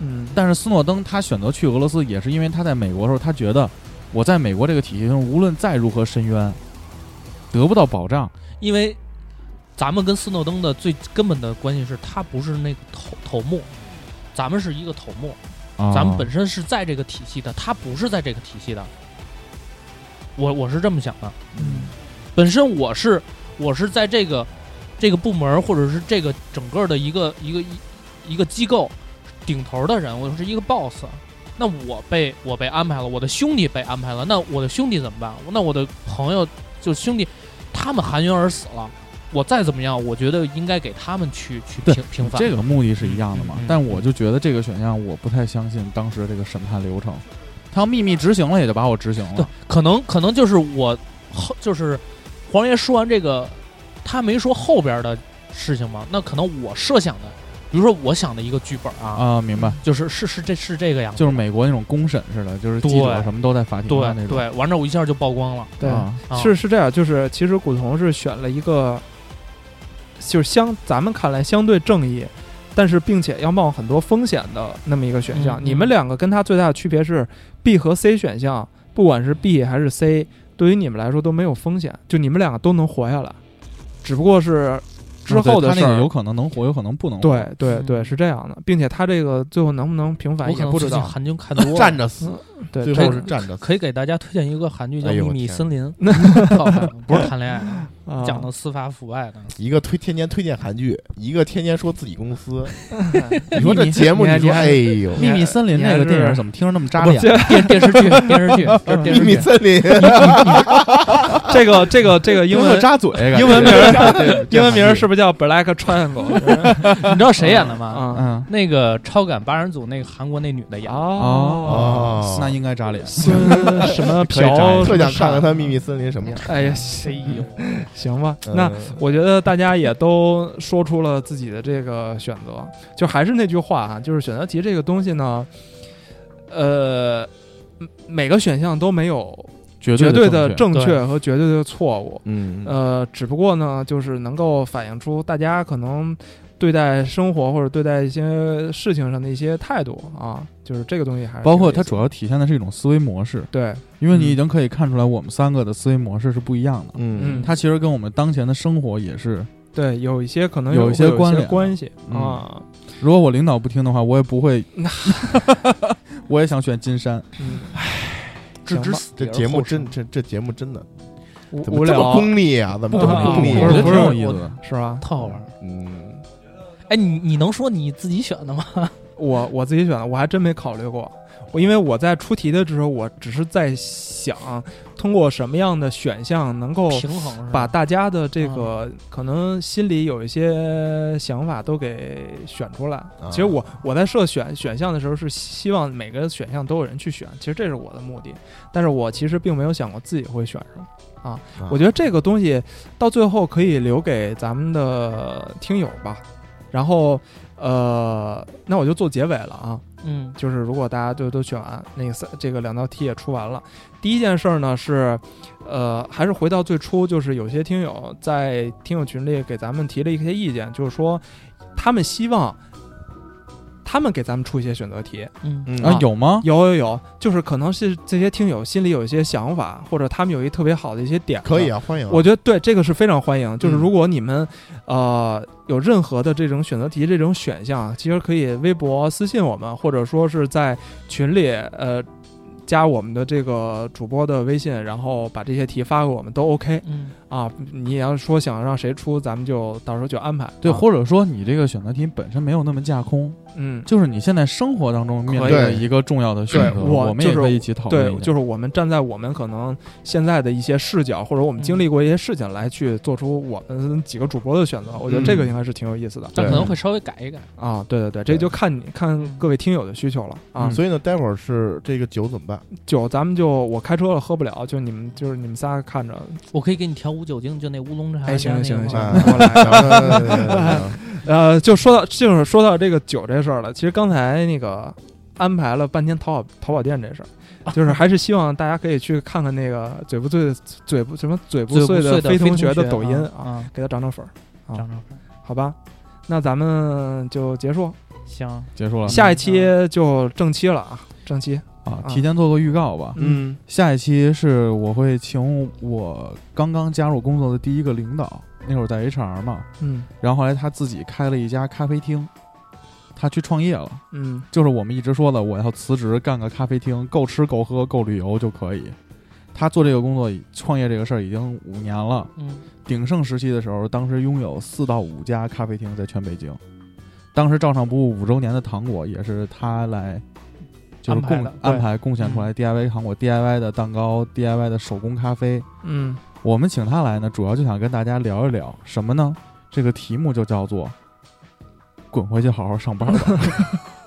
Speaker 3: 嗯，
Speaker 6: 但是斯诺登他选择去俄罗斯，也是因为他在美国的时候，他觉得我在美国这个体系中，无论再如何深渊，得不到保障。
Speaker 4: 因为咱们跟斯诺登的最根本的关系是，他不是那个头头目，咱们是一个头目，
Speaker 6: 啊
Speaker 4: 咱们本身是在这个体系的，他不是在这个体系的。我我是这么想的。
Speaker 7: 嗯，
Speaker 4: 本身我是我是在这个这个部门或者是这个整个的一个一个一一个机构顶头的人，我是一个 boss。那我被我被安排了，我的兄弟被安排了，那我的兄弟怎么办？那我的朋友就兄弟，他们含冤而死了，我再怎么样，我觉得应该给他们去去
Speaker 6: 对
Speaker 4: 平平反。
Speaker 6: 这个目的是一样的嘛
Speaker 4: 嗯嗯嗯。
Speaker 6: 但我就觉得这个选项我不太相信当时这个审判流程，他要秘密执行了也就把我执行
Speaker 4: 对
Speaker 6: 了。，
Speaker 4: 可能可能就是我后就是黄爷说完这个，他没说后边的事情嘛？那可能我设想的，比如说我想的一个剧本啊，
Speaker 6: 啊，明白，
Speaker 4: 就是是是这是这个样子，
Speaker 6: 就是美国那种公审似的，就是记者
Speaker 4: 对
Speaker 6: 什么都在法庭上那
Speaker 4: 对
Speaker 6: 种。
Speaker 4: 对，完之后我一下就曝光了，
Speaker 3: 对，
Speaker 6: 啊，
Speaker 4: 啊、
Speaker 3: 是是这样，就是其实古潼是选了一个，就是相咱们看来相对正义，但是并且要冒很多风险的那么一个选项。
Speaker 4: 嗯
Speaker 3: 你们
Speaker 4: 嗯
Speaker 3: 两个跟它最大的区别是，B 和 C 选项，不管是 B 还是 C，对于你们来说都没有风险，就你们两个都能活下来，只不过是之
Speaker 6: 啊对
Speaker 3: 后的
Speaker 6: 他
Speaker 3: 事
Speaker 6: 那个
Speaker 3: 儿。
Speaker 6: 有可能能活，有可能不能活。
Speaker 3: 对对对，
Speaker 4: 嗯
Speaker 3: 是这样的，并且他这个最后能不能平反
Speaker 4: 我可
Speaker 3: 也
Speaker 4: 能
Speaker 3: 不
Speaker 4: 最
Speaker 3: 知
Speaker 4: 近
Speaker 3: 道。
Speaker 4: 韩剧看
Speaker 3: 嗯
Speaker 4: 多了，
Speaker 5: 站着死，
Speaker 3: 对，
Speaker 5: 最
Speaker 3: 这
Speaker 5: 后
Speaker 3: 个
Speaker 5: 是站着死。
Speaker 4: 可以给大家推荐一个韩剧叫
Speaker 5: 哎
Speaker 4: 《
Speaker 5: 呦
Speaker 4: 秘
Speaker 5: 我
Speaker 4: 密
Speaker 5: 天
Speaker 4: 森林》，不是谈恋爱的，
Speaker 3: 啊
Speaker 4: 讲的司法腐败的。
Speaker 5: 一个推天天推荐韩剧，一个天天说自己 公司。
Speaker 3: 哎
Speaker 5: 你说这
Speaker 3: 你
Speaker 5: 节目，
Speaker 3: 你还
Speaker 5: 你说
Speaker 3: 你还
Speaker 5: 哎呦，
Speaker 6: 秘密森林
Speaker 3: 你还
Speaker 6: 那个电
Speaker 3: 是
Speaker 6: 影怎么听着那么扎脸？
Speaker 4: 电电视 剧，电视剧，这是
Speaker 5: 秘
Speaker 4: 电视
Speaker 5: 密
Speaker 4: 剧。
Speaker 5: 森林，
Speaker 3: 啊这个这个这个英文
Speaker 6: 扎嘴，感觉
Speaker 3: 英文名
Speaker 5: 儿
Speaker 3: 英文名儿是不是叫 Black Triangle？
Speaker 4: 你知道谁演的吗？
Speaker 3: 啊
Speaker 6: 嗯
Speaker 4: 那个超感八人组那个韩国那女的演的。
Speaker 3: 哦，
Speaker 5: 哦，
Speaker 6: 那应该扎脸。
Speaker 3: 孙什么
Speaker 6: 可以找
Speaker 3: 朴，
Speaker 6: 一
Speaker 5: 特想看看他秘密森林什么样。
Speaker 3: 哎呀，
Speaker 4: 哎呦，
Speaker 3: 行吧，那
Speaker 5: 嗯
Speaker 3: 我觉得大家也都说出了自己的这个选择，就还是那句话啊，就是选择题这个东西呢，呃，每个选项都没有
Speaker 6: 绝
Speaker 3: 绝对
Speaker 6: 对
Speaker 3: 的
Speaker 6: 正
Speaker 3: 正确和绝对的错误，
Speaker 5: 嗯，
Speaker 3: 呃，只不过呢，就是能够反映出大家可能对待生活或者对待一些事情上的一些态度啊，就是这个东西还是
Speaker 6: 包括
Speaker 3: 挺有
Speaker 6: 它
Speaker 3: 意思
Speaker 6: 主要体现的是一种思维模式，
Speaker 3: 对，
Speaker 6: 因为你已经可以看出来我们三个的思维模式是不一样的。
Speaker 5: 嗯
Speaker 3: 嗯，
Speaker 6: 它其实跟我们当前的生活也是，
Speaker 3: 对，有一些可能
Speaker 6: 有
Speaker 3: 有
Speaker 6: 一些
Speaker 3: 会有
Speaker 6: 关
Speaker 3: 一些
Speaker 6: 联
Speaker 3: 关系
Speaker 6: 嗯
Speaker 3: 啊，
Speaker 6: 如果我领导不听的话，我也 不会。我也想选金山，
Speaker 3: 嗯，
Speaker 5: 这
Speaker 3: 行
Speaker 5: 这
Speaker 3: 吧
Speaker 5: 这节目真这这节目真的
Speaker 3: 嗯无
Speaker 5: 怎
Speaker 3: 无
Speaker 5: 么这么
Speaker 3: 聊
Speaker 5: 功利啊？怎么这
Speaker 3: 不
Speaker 5: 么
Speaker 3: 不
Speaker 5: 功利
Speaker 3: 不
Speaker 6: 我觉
Speaker 3: 是
Speaker 6: 得挺
Speaker 3: 不
Speaker 5: 啊？
Speaker 3: 是
Speaker 6: 有意思的。
Speaker 3: 是吧？
Speaker 4: 特好玩
Speaker 3: 啊
Speaker 4: 儿。
Speaker 5: 嗯，
Speaker 4: 哎，你你能说你自己选的吗？
Speaker 3: 我我自己选的，我还真没考虑过。我因为我在出题的时候，我只是在想通过什么样的选项能够
Speaker 4: 平衡是吧
Speaker 3: 哦把大家的这个可能心里有一些想法都给选出来。
Speaker 5: 啊
Speaker 3: 其实我我在设选选项的时候是希望每个选项都有人去选，其实这是我的目的。但是我其实并没有想过自己会选什么。
Speaker 5: 啊
Speaker 3: 我觉得这个东西到最后可以留给咱们的听友吧。然后，呃，那我就做结尾了啊。
Speaker 4: 嗯
Speaker 3: 就是如果大家都都选完那个三这个两道题也出完了，第一件事儿呢是，呃，还是回到最初，就是有些听友在听友群里给咱们提了一些意见，就是说他们希望他们给咱们出一些选择题，
Speaker 4: 嗯
Speaker 5: 嗯
Speaker 6: 啊，有吗？
Speaker 3: 有有有，就是可能是这些听友心里有一些想法，或者他们有一特别好的一些点，
Speaker 5: 可以。啊，欢迎啊。
Speaker 3: 我觉得对这个是非常欢迎，就是
Speaker 5: 嗯
Speaker 3: 如果你们，呃，有任何的这种选择题这种选项，其实可以微博私信我们，或者说是在群里，呃，加我们的这个主播的微信，然后把这些题发给我们都 OK
Speaker 4: 嗯
Speaker 3: 啊。你要说想让谁出，咱们就到时候就安排。
Speaker 6: 对，
Speaker 3: 啊
Speaker 6: 或者说你这个选择题本身没有那么架空，
Speaker 3: 嗯，
Speaker 6: 就是你现在生活当中面对
Speaker 5: 对
Speaker 6: 的一个重要的选择，
Speaker 3: 对我
Speaker 6: 我们也
Speaker 3: 就是
Speaker 6: 可以一起讨论
Speaker 3: 对
Speaker 6: 一下。，
Speaker 3: 就是我们站在我们可能现在的一些视角，或者
Speaker 6: 嗯
Speaker 3: 我们经历过一些事情来去做出我们几个主播的选择，我觉得这个
Speaker 6: 嗯
Speaker 3: 应该是挺有意思的。
Speaker 4: 但
Speaker 5: 对
Speaker 4: 可能会稍微改一改。
Speaker 3: 啊，对对对，这
Speaker 5: 对
Speaker 3: 就看你看
Speaker 4: 嗯
Speaker 3: 各位听友的需求了啊
Speaker 6: 嗯。
Speaker 5: 所以呢，待会儿是这个酒怎么办？
Speaker 3: 酒咱们就我开车了，喝不了，就你们就是你们仨看 着。
Speaker 4: 我可以给你调无酒精，就那乌龙茶加那
Speaker 3: 哎
Speaker 4: 个。
Speaker 3: 行行行
Speaker 5: 啊
Speaker 3: 行我来
Speaker 5: 咱们
Speaker 3: 呃，就说到就是说到这个酒这事儿了，其实刚才那个安排了半天淘宝淘宝店这事 儿，就是还是希望大家可以去看看那个嘴不醉的嘴不什么嘴不
Speaker 4: 最
Speaker 3: 碎
Speaker 4: 的
Speaker 3: 的
Speaker 4: 非
Speaker 3: 同
Speaker 4: 学
Speaker 3: 的抖音啊，
Speaker 4: 啊，
Speaker 3: 给他涨涨粉儿，
Speaker 4: 啊张张
Speaker 3: 好吧？那咱们就结束，
Speaker 4: 行，
Speaker 6: 结束了
Speaker 3: 下一期就正期了啊，正期。
Speaker 6: 啊，
Speaker 3: 啊
Speaker 6: 提前做个预告吧。
Speaker 3: 嗯，
Speaker 6: 下一期是我会请我刚刚加入工作的第一个领导，那会儿在 HR 嘛，
Speaker 3: 嗯
Speaker 6: 然后后来他自己开了一家咖啡厅，他去创业了。
Speaker 3: 嗯，
Speaker 6: 就是我们一直说的，我要辞职干个咖啡厅，够吃够喝够旅游就可以。他做这个工作已、创业这个事儿已经五年了。
Speaker 4: 嗯
Speaker 6: 鼎盛时期的时候，当时拥有四到五家咖啡厅在全北京。当时照常不误五周年的糖果也是他来，就是
Speaker 4: 安排
Speaker 6: 贡
Speaker 4: 的对
Speaker 6: 安排嗯贡献出来 DIY 糖果、DIY 的蛋糕、DIY 的手工咖啡。
Speaker 3: 嗯
Speaker 6: 我们请他来呢，主要就想跟大家聊一聊什么呢？这个题目就叫做“滚回去好好上班吧”。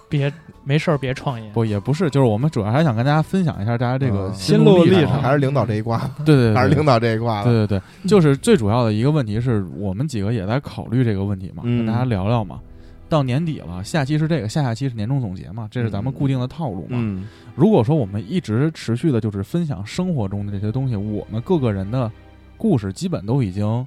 Speaker 4: 别没事儿别创业，
Speaker 6: 不，也不是，就是我们主要还想跟大家分享一下大 家这个
Speaker 5: 嗯
Speaker 6: 啊心路
Speaker 3: 心路历
Speaker 6: 历
Speaker 3: 程
Speaker 5: 还是领导这一挂，
Speaker 6: 对对对，
Speaker 5: 还是领导这一挂
Speaker 6: 对
Speaker 5: 了。
Speaker 6: 对对，就是最主要的一个问题是我们几个也在考虑这个问题嘛，跟
Speaker 5: 嗯
Speaker 6: 大家聊聊嘛。到年底了，下期是这个，下下期是年终总结嘛，这是咱们
Speaker 5: 嗯
Speaker 6: 固定的套路嘛。
Speaker 5: 嗯
Speaker 6: 如果说我们一直持续的就是分享生活中的这些东西，我们各个人的故事基本都已经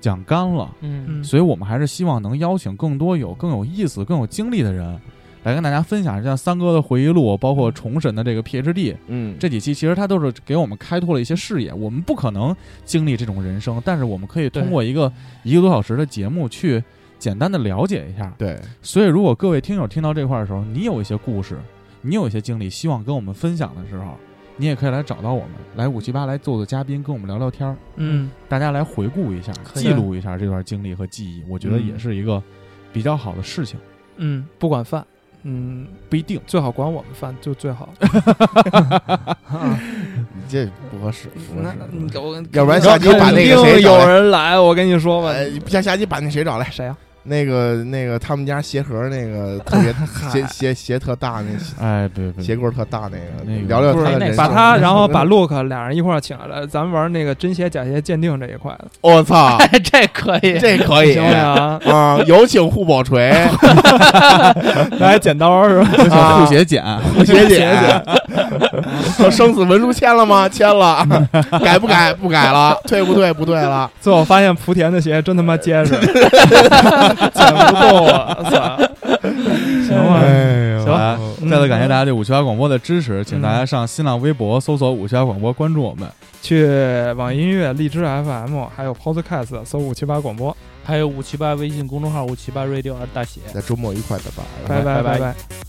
Speaker 6: 讲干了，
Speaker 4: 嗯，
Speaker 3: 嗯
Speaker 6: 所以我们还是希望能邀请更多有更有意思、更有经历的人来跟大家分享一下三哥的回忆录，包括重审的这个 PhD
Speaker 5: 嗯，
Speaker 6: 这几期，其实他都是给我们开拓了一些视野。我们不可能经历这种人生，但是我们可以通过一个一个多小时的节目去简单的了解一下。
Speaker 5: 对，
Speaker 6: 所以，如果各位听友听到这块儿的时候，你有一些故事，你有一些经历，希望跟我们分享的时候，你也可以来找到我们，来五七八来做做嘉宾，跟我们聊聊天儿。
Speaker 3: 嗯，
Speaker 6: 大家来回顾一下、
Speaker 4: 可以
Speaker 6: 记录一下这段经历和记忆，我觉得
Speaker 5: 嗯
Speaker 6: 也是一个比较好的事情。
Speaker 3: 嗯，不管饭，嗯，
Speaker 6: 不一定，
Speaker 3: 最好管我们饭就最好。
Speaker 5: 你这不合适，不合
Speaker 3: 那
Speaker 5: 适。
Speaker 3: 你给我，
Speaker 5: 要不然下集把那个
Speaker 3: 肯
Speaker 5: 谁
Speaker 3: 定有
Speaker 5: 找来
Speaker 3: 人来，我跟你说吧，
Speaker 5: 哎，下下集把那谁找来？
Speaker 3: 谁呀？
Speaker 5: 那个那个他们家鞋盒那个特 别鞋鞋鞋特大那鞋
Speaker 6: 哎，别别
Speaker 5: 鞋柜儿特大那个，
Speaker 6: 那个
Speaker 5: 聊聊
Speaker 3: 嗯不是
Speaker 5: 他的
Speaker 4: 那
Speaker 5: 人生。
Speaker 4: 个
Speaker 3: 把他，然后把
Speaker 5: 路，
Speaker 3: Look 俩人一块儿请来了，咱们玩那个真鞋假鞋鉴定这一块的，
Speaker 5: 我操，
Speaker 4: 这可以，
Speaker 5: 这可以
Speaker 3: 行不行 啊？
Speaker 5: 啊！有请护 宝锤，
Speaker 3: 来剪刀是吧？
Speaker 6: 别
Speaker 5: 啊
Speaker 6: 小裤鞋剪，
Speaker 5: 护鞋
Speaker 3: 啊
Speaker 5: 姐，生死文书签了 吗？签了，改不改？不改了，退不退？不退了。
Speaker 3: 最后发现莆田的鞋真他妈 结实，剪不动啊！操，行吧，
Speaker 5: 哎呦
Speaker 3: 行吧嗯
Speaker 6: 再次感谢大家对五七八广播的支持，请大家上新浪微博搜索“五七八广播”，关注我们。
Speaker 3: 去网易音乐、荔枝 FM 还有 Podcast 搜五七八广播，
Speaker 4: 还有五七八微信公众号五七八 radio 二大写。
Speaker 5: 在周末愉快的吧，
Speaker 3: 拜
Speaker 5: 拜
Speaker 3: 拜
Speaker 4: 拜
Speaker 3: 拜。